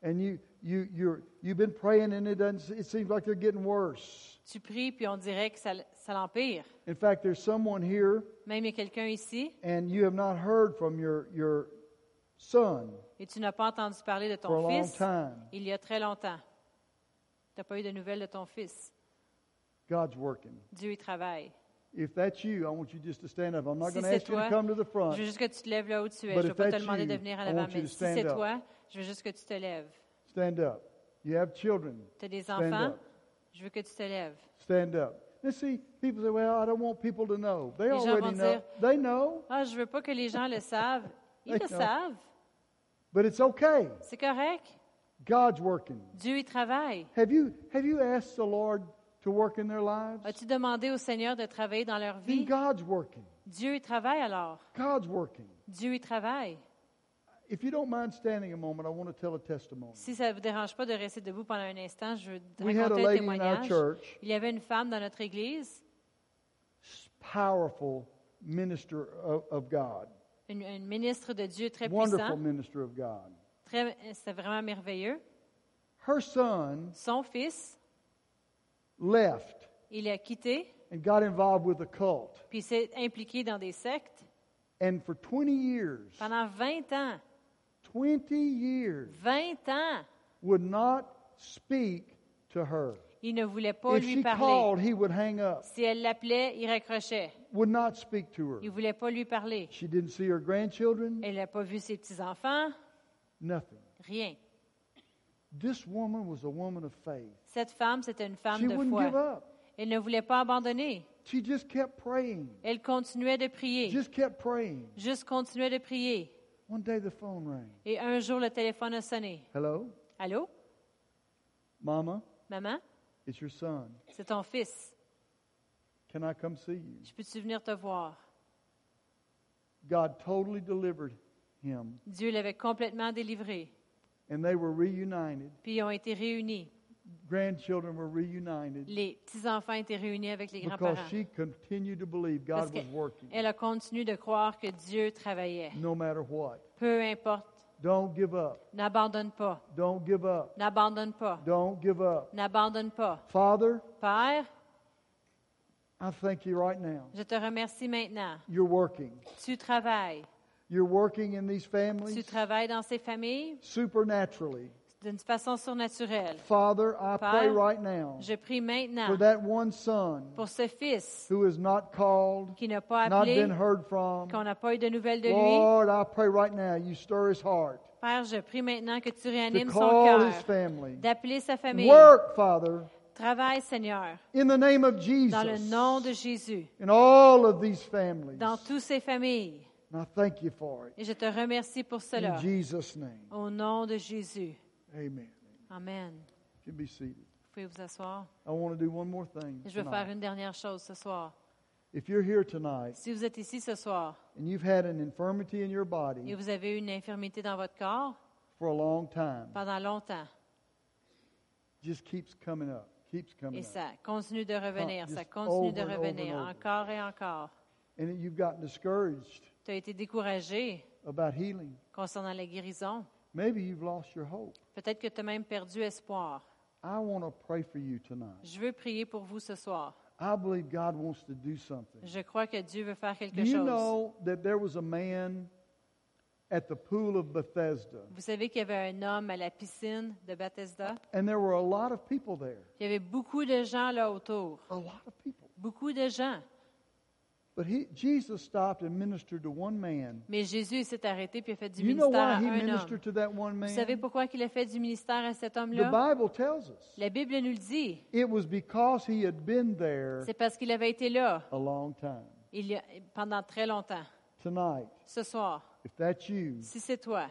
and you you you're you've been praying and it doesn't it seems like they're getting worse.
tu pries puis on dirait que ça, ça l'empire.
In fact, there's someone here
Même il y a quelqu'un ici
and you have not heard from your your son
et tu n'as pas entendu parler de
for a
ton
long
fils
time.
il y a très longtemps. Tu n'as pas eu de nouvelles de ton fils.
God's working.
Dieu y travaille.
If that's you, I want you just to stand up. I'm not
Si
going to
c'est
ask you
toi,
to come to the
je
front.
veux juste que tu te lèves là où tu es.
But
Je ne
if
vais pas te
that's
demander de
you,
venir
I
en
want
avant,
you
mais
to
si
stand
c'est
up.
toi, je veux juste que tu te lèves.
Stand up. You have children.
Tu as des
Stand
enfants,
up.
je veux que tu te lèves.
Stand up. Let's see, people say, well, I don't want people to know. They
Les gens
already
vont
know.
dire-
They know,
Ah, je veux pas que les gens le savent. Ils le
D'accord.
savent.
but it's okay.
C'est correct.
God's working.
Dieu y travaille.
Have you, have you asked the Lord to work in their lives?
As-tu demandé au Seigneur de travailler dans leur
Then
vie?
God's working.
Dieu y travaille alors.
God's working.
Dieu y travaille.
If you don't mind standing a moment, I want to tell a testimony.
Si ça ne vous dérange pas de rester debout pendant un instant, je veux te
We had a
raconter un
lady in our
témoignage.
church,
Il y avait une femme dans notre église,
powerful minister of, of God,
une, une ministre de Dieu très
wonderful
puissante.
minister of God.
Très, c'était vraiment merveilleux.
Her son
Son fils,
left
il a quitté,
and got involved with a cult.
puis il s'est impliqué dans des sectes
And for 20 years,
pendant 20 ans.
20 years,
20 ans!
would not speak to her.
Il ne voulait pas
If
lui
she
parler.
called, he would hang up,
Si elle l'appelait, il raccrochait.
would not speak to her.
Il ne voulait pas lui parler.
She didn't see her grandchildren,
Elle n'a pas vu ses petits-enfants,
nothing.
rien.
This woman was a woman of faith.
Cette femme, c'était une femme
She
de
wouldn't give
foi.
up.
Elle ne voulait pas abandonner.
She just kept praying,
Elle continuait de prier.
just kept praying.
Juste continuait de prier.
One day the phone rang.
Et un jour, le téléphone a sonné.
Hello,
Allô?
Mama,
Maman?
it's your son.
C'est ton fils.
Can I come see you?
Je peux-tu venir te voir?
God totally delivered him,
Dieu l'avait complètement délivré.
and they were reunited.
Puis ils ont été réunis.
Grandchildren were reunited.
Les petits-enfants étaient réunis avec les
Because
grands-parents.
she continued to believe
Parce
God was working
qu'elle a continué de croire que Dieu travaillait.
no matter what.
Peu importe.
Don't give up.
N'abandonne pas.
Don't give up.
N'abandonne pas.
Don't give up.
N'abandonne pas.
Father,
Père,
I thank you right now.
je te remercie maintenant.
You're working.
Tu travailles.
You're working in these
Tu
families
travailles dans ces familles
supernaturally.
d'une façon surnaturelle.
Father, I pray
Père,
right now
Je prie maintenant
for that one son
pour ce fils
who is not called,
qui n'a pas
not been
appelé,
heard Oh. from.
qu'on n'a pas eu de nouvelles de lui.
Lord, I pray right now you stir his heart
Père, je prie maintenant que tu
to
réanimes son
call his
cœur,
family.
d'appeler sa famille,
Work, Father,
Travaille, Seigneur,
in the name of
dans le
Jesus
nom de Jésus,
in all of these families.
dans toutes ces familles.
And I thank you for it.
Et je te remercie pour
In
cela.
Jesus' name.
Au nom de Jésus.
Amen.
Amen.
You can be seated.
Vous pouvez vous asseoir.
I want to do one more thing.
Je veux
tonight.
faire une dernière chose ce soir.
If you're here tonight
Si vous êtes ici ce soir
and you've had an infirmity in your
et
body
vous avez eu une infirmité dans votre corps
for a long time,
pendant longtemps,
it just keeps coming up, keeps
et
coming up.
ça continue de revenir,
Just
ça continue de
over and over
revenir
and over.
encore et encore,
And you've gotten discouraged
tu as été découragé
about healing.
concernant la guérison.
Maybe you've lost your hope.
Peut-être que tu as même perdu espoir.
I want to pray for you tonight.
Je veux prier pour vous ce soir.
I believe God wants to do something.
Je crois que Dieu veut faire quelque
Do you
chose.
know that there was a man at the pool of Bethesda,
Vous savez qu'il y avait un homme à la piscine de Bethesda.
and there were a lot of people there,
Il y avait beaucoup de gens là autour.
a lot of people.
Beaucoup de gens.
But he, Jesus stopped and ministered to one man.
Mais Jésus il s'est arrêté puis a fait du
You know
ministère à
why he
un homme.
ministered to that one
Vous savez
man?
pourquoi il a fait du ministère à cet
The
homme-là?
Bible tells us
La Bible nous le dit.
it was because he had been there
C'est parce qu'il avait été là
a long time.
il y a- pendant très longtemps.
Tonight,
Ce soir,
if that's you,
si c'est toi,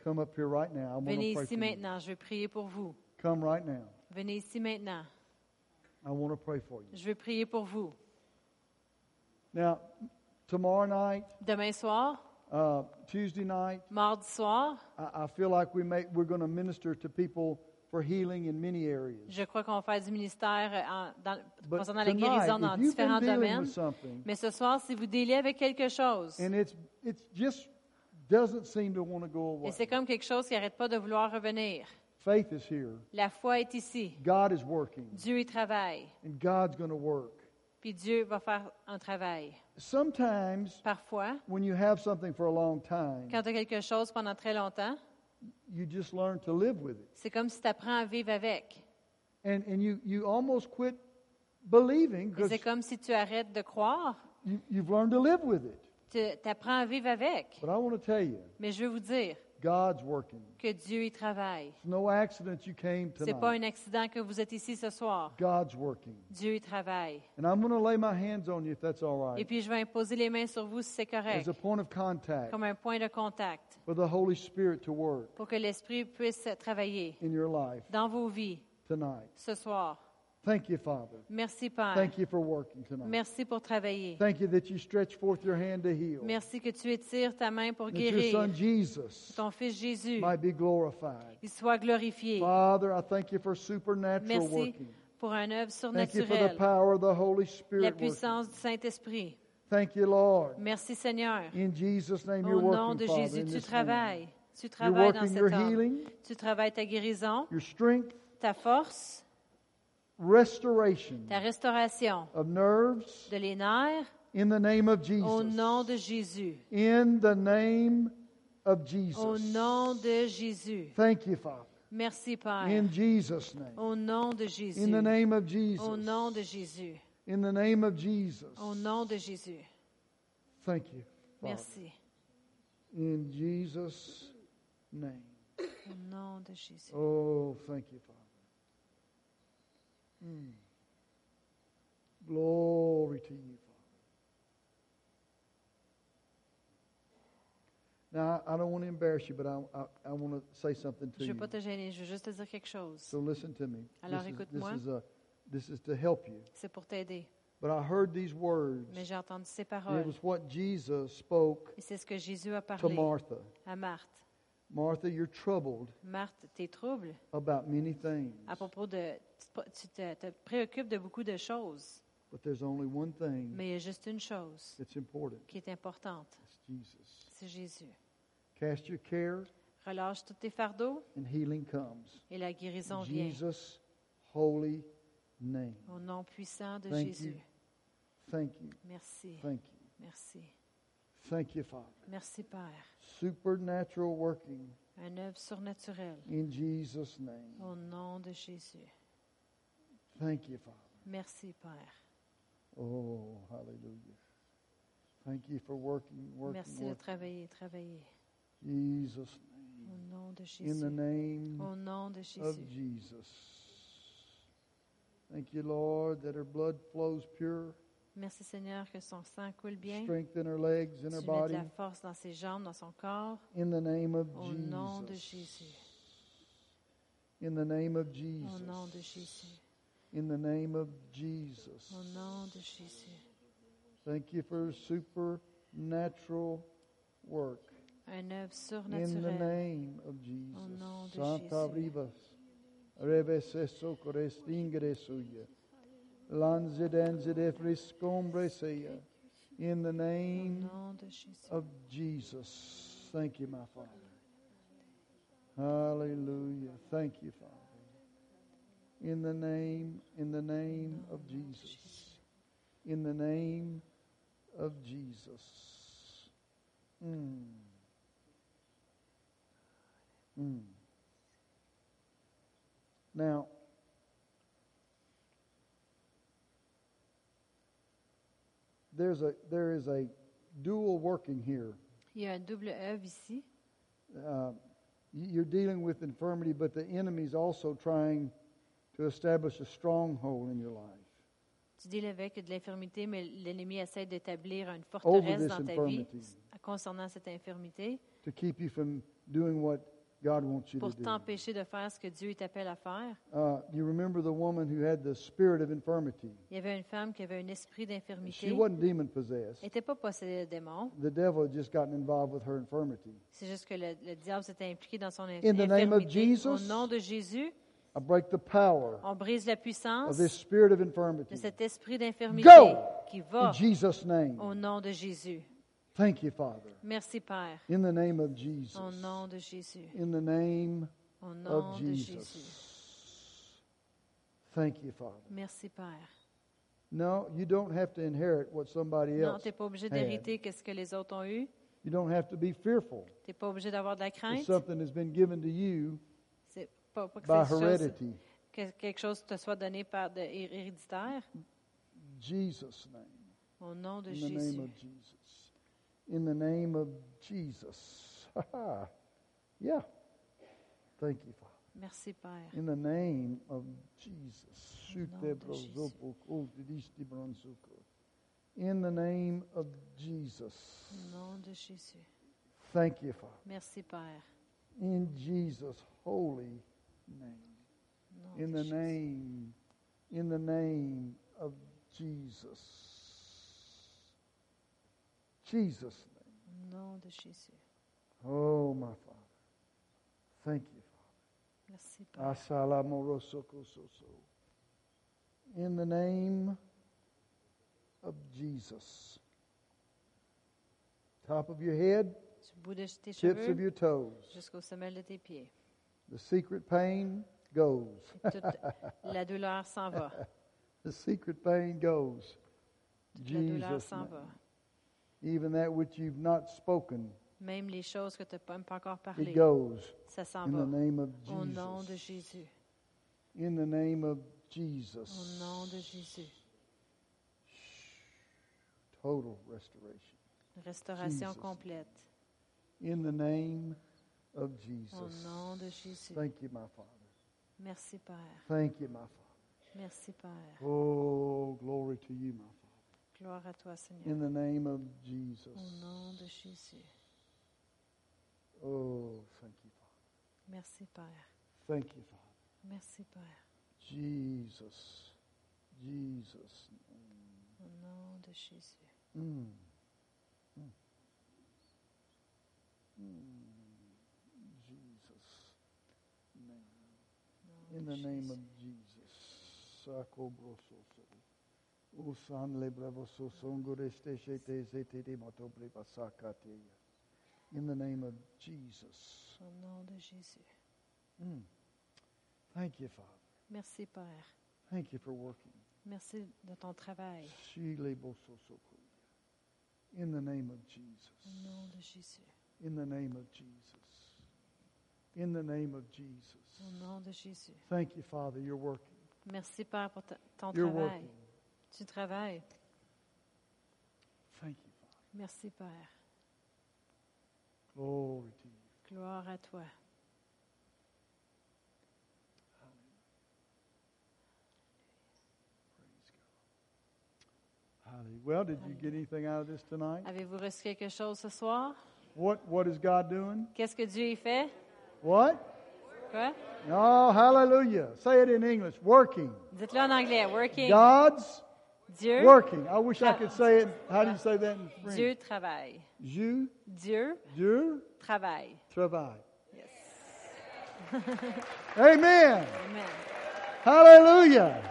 come up here right now. I want
venez
to pray for
ici
you.
maintenant. Je vais prier pour vous.
Come right now.
Venez ici maintenant.
I want to pray for you.
Je vais prier pour vous.
Now, tomorrow night,
Demain soir,
uh, Tuesday night,
mardi soir,
I, I feel like we may, we're going to minister to people for healing in many areas.
je crois qu'on va faire du ministère euh, en- dans-
But
concernant la
tonight,
guérison dans
if you've been
différents
dealing
domaines.
with something
Mais ce soir, si vous délez avec quelque chose,
and it's it's just doesn't seem to want to go
et
away,
c'est comme quelque chose qui n'arrête pas de vouloir revenir,
faith is here.
la foi est ici.
God is working,
Dieu y travaille,
and God's going to work.
puis Dieu va faire un travail.
Sometimes
Parfois,
when you have something for a long time,
quand tu as quelque chose pendant très longtemps,
you just learn to live with it,
c'est comme si tu apprends à vivre avec.
and and you you almost quit believing
Et
because
C'est comme si tu arrêtes de croire,
you, you've learned to live with it.
tu apprends à vivre avec.
But I want to tell you,
Mais je veux vous dire
God's working.
que Dieu y travaille.
It's no accident you came
C'est pas
tonight.
un accident que vous êtes ici ce soir.
God's working.
Dieu y travaille.
And I'm going to lay my hands on you if that's all
Et
right.
puis je vais imposer les mains sur vous si c'est
As
correct,
a point of contact
comme un point de contact
for the Holy Spirit to work
pour que l'Esprit puisse travailler
in your life
dans vos vies
tonight.
ce soir.
Thank you, Father.
Merci Père.
Thank you for working tonight.
Merci pour travailler.
Thank you that you stretch forth your hand to heal.
Merci que tu étires ta main pour
That your son
guérir.
Jesus
Ton Fils Jésus,
might be glorified.
il soit glorifié.
Father, I thank you for supernatural
Merci
working.
pour un
Thank
œuvre
you for the
surnaturelle,
power of the Holy
la
Spirit working.
puissance du Saint-Esprit.
Thank you, Lord.
Merci Seigneur.
In Jesus' name, you're
Au nom de
working, Father,
Jésus,
in
tu
this man.
travailles. Tu
You're
travailles dans
working
cet
your
homme.
healing,
Tu travailles ta guérison,
your strength,
ta force,
restoration
ta restauration
of nerves
de les nerfs
in the name of
au nom
Jesus.
de Jésus.
In the name of
Au
Jesus.
nom de Jésus.
Thank you, Father.
Merci Père.
In Jesus' name.
Au nom de
In
Jésus.
the name of Jesus.
Au nom de Jésus.
In the name of Jesus.
Au nom de Jésus.
Thank you. Father.
Merci.
In Jesus' name.
Au nom de Jésus.
Oh, thank you, Father. Mm. Glory to you, Father. Now, I I don't want to embarrass you, but I, I, I want to say something to
Je ne
you.
veux pas te gêner, je veux juste te dire quelque chose.
So listen to me.
Alors,
this, is,
écoute-moi.
this, is a, this is to help you.
C'est pour t'aider.
But I heard these words.
Mais j'ai entendu ces
and It
paroles.
was what Jesus spoke
Et c'est ce que Jésus a
to
parlé
Martha.
à Marthe.
Martha, you're troubled
Marthe, tes troubles
about many things,
à propos de... tu te- Tu te, te préoccupes de beaucoup de choses,
but there's only one thing
mais il y a juste une chose
that's important.
qui est importante,
It's Jesus.
c'est Jésus.
Cast your care,
Relâche tous tes fardeaux
and healing comes.
et la guérison vient.
Jesus' holy name.
Au nom puissant de
Thank
Jésus.
you. Thank you.
Merci,
Thank you.
merci,
Thank you, Father.
merci Père.
Supernatural working
Un œuvre surnaturelle.
in Jesus' name.
Au nom de Jésus.
Thank you, Father.
Merci Père.
Oh, hallelujah. Thank you for working, working,
Merci de
working.
travailler, travailler.
Jesus'
Au nom de Oh,
name. In Mm. the
Jésus.
name
Au nom de Jésus.
of Jesus. Thank you, Lord, that her blood flows pure.
Merci Seigneur que son sang coule bien.
Strength in her legs, in her
Tu mets de
body.
la force dans ses jambes, dans son corps.
In the name of
Au nom de
Jesus.
Jésus.
In the name of
Au nom de
Jesus.
Jésus.
In the name of Jesus.
Au nom de Jésus.
Thank you for supernatural work.
Un
In
œuvre
the
surnaturelle.
name of Jesus.
Au nom de
Santa
Jésus.
Rivas. Reves eso corestingere suya. Lanze danze de friscombre seya. In the
Au
name
nom de Jésus.
of Jesus. Thank you, my Father. Hallelujah. Thank you, Father. In the name, in the name of Jesus. In the name of Jesus. Mm. Mm. Now, there's a there is a dual working here.
Il y a un double œuvre ici.
Uh, you- you're dealing with infirmity, but the enemy's also trying to establish a stronghold in your life
Tu dis l'évêque de l'infirmité, mais l'ennemi essaie d'établir une
over
forteresse
this
dans ta vie
infirmity
concernant cette infirmité
to keep you from doing what God wants you to
pour
do.
t'empêcher de faire ce que Dieu t'appelle à faire.
Uh, you remember the woman who had the spirit of infirmity.
Il y avait une femme qui avait un esprit
She
d'infirmité.
wasn't demon
Elle
possessed.
n'était pas possédée de démon.
The devil had just gotten involved with her infirmity.
C'est juste que le, le diable s'était impliqué dans son
the name of
infirmité. Au
Jesus.
nom de Jésus,
I break the power
on brise la
of
puissance
this spirit of
de
infirmity
cet esprit d'infirmité
Go!
qui va
in Jesus' name.
au nom de Jésus.
Thank you, Father.
Merci Père,
In the name of
au
Jesus.
nom de Jésus,
In the name
au nom
of
de
Jesus.
Jésus.
Thank you, Father.
Merci Père.
No, you don't have to inherit what somebody
Non,
else.
tu n'es pas obligé
had.
d'hériter qu'est-ce que les autres ont eu.
You don't have to be fearful
Tu n'es pas obligé d'avoir de la
if
crainte.
something has been given to you
C'est pas, pas que,
by
c'est chose-
heredity.
que quelque chose te soit donné par de, hé- héréditaire.
Jesus' name.
Au nom de
In the name
Jésus.
of Jesus. In the name of Jesus. Ha-ha. yeah. Thank you, Father.
Merci Père.
In the name of Jesus.
Au nom de Jésus.
In the name of Jesus.
Au nom de Jésus.
Thank you, Father.
Merci Père.
In Jesus' holy name.
Au nom
In
de
the
Jésus.
name, in the name of Jesus. Jesus' name.
Au nom de Jésus.
Oh, my Father. Thank you, Father.
Merci Père.
Ah. Asalamorosokososo. In the name of Jesus. Top of your head,
Du bout de tes
tips of
cheveux
your toes.
jusqu'aux semelles de tes pieds.
The secret pain goes.
Et toute la douleur s'en va.
The secret pain goes.
Toute la douleur
Jesus.
s'en
name.
va.
Even that which you've not spoken,
Même les choses que tu n'as pas encore
it
parlé,
goes.
ça s'en
In the
va.
name of
Au nom de
Jesus.
Jésus.
In the name of
Au
Jesus.
nom de Jésus.
Total restoration.
Restauration
Jesus.
complète.
In the name of
Au
Jesus.
nom de Jésus.
Thank you, my Father.
Merci Père.
Thank you, my Father.
Merci Père.
Oh, glory to you, my Father.
Gloire à toi Seigneur.
In the name of
Au
Jesus.
nom de Jésus.
Oh, thank you, Father.
Merci Père.
Thank you, Father.
Merci Père.
Jesus. Jesus.
Au nom de Jésus.
Mm. Mm. Mm. Jesus. Name.
Au nom
In
de
the name
Jésus.
of Jesus. Sakobrososo. Usan lebravoso songoreste shete zete de matobre basakate. In the name of Jesus.
Au nom de Jésus.
Mm. Thank you, Father.
Merci Père.
Thank you for working.
Merci de ton travail.
Shilebososo. In the name of
Au
Jesus.
nom de Jésus.
In the name of Jesus. In the name of
Au
Jesus.
nom de Jésus.
Thank you, Father. You're working.
Merci Père pour ta- ton
You're
travail.
working.
Tu travailles.
Thank you, Father.
Merci Père.
Glory to you.
Gloire à toi.
Hallelujah. Well, did you get anything out of this tonight?
Avez-vous reçu quelque chose ce soir?
What What is God doing?
Qu'est-ce que Dieu y fait?
What?
Quoi?
Oh, hallelujah. Say it in English. Working.
Dites-le en anglais. Working.
God's
Dieu,
working. I wish I could say it. How do you say that in
Dieu
French?
travaille.
Dieu.
Dieu
Dieu
travaille.
travaille.
Yes.
Amen.
Amen.
Hallelujah.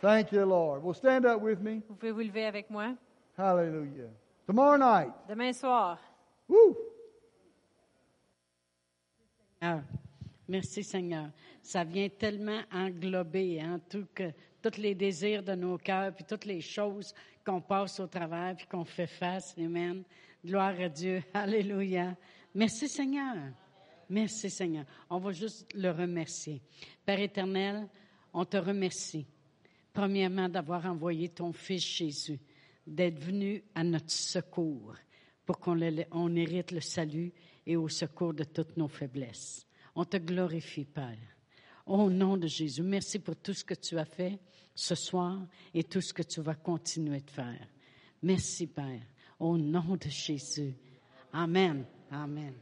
Thank you, Lord. Well, stand up with me.
Vous pouvez vous lever avec moi.
Hallelujah. Tomorrow night.
Demain soir,
Woo.
Seigneur. Merci Seigneur. Ça vient tellement englober hein, tout que, tous les désirs de nos cœurs, puis toutes les choses qu'on passe au travers, puis qu'on fait face. Amen. Gloire à Dieu. Alléluia. Merci Seigneur. Merci Seigneur. On va juste le remercier. Père éternel, on te remercie. Premièrement, d'avoir envoyé ton Fils Jésus, d'être venu à notre secours pour qu'on le- on hérite le salut et au secours de toutes nos faiblesses. On te glorifie, Père. Au nom de Jésus, merci pour tout ce que tu as fait ce soir et tout ce que tu vas continuer de faire. Merci, Père. Au nom de Jésus. Amen. Amen.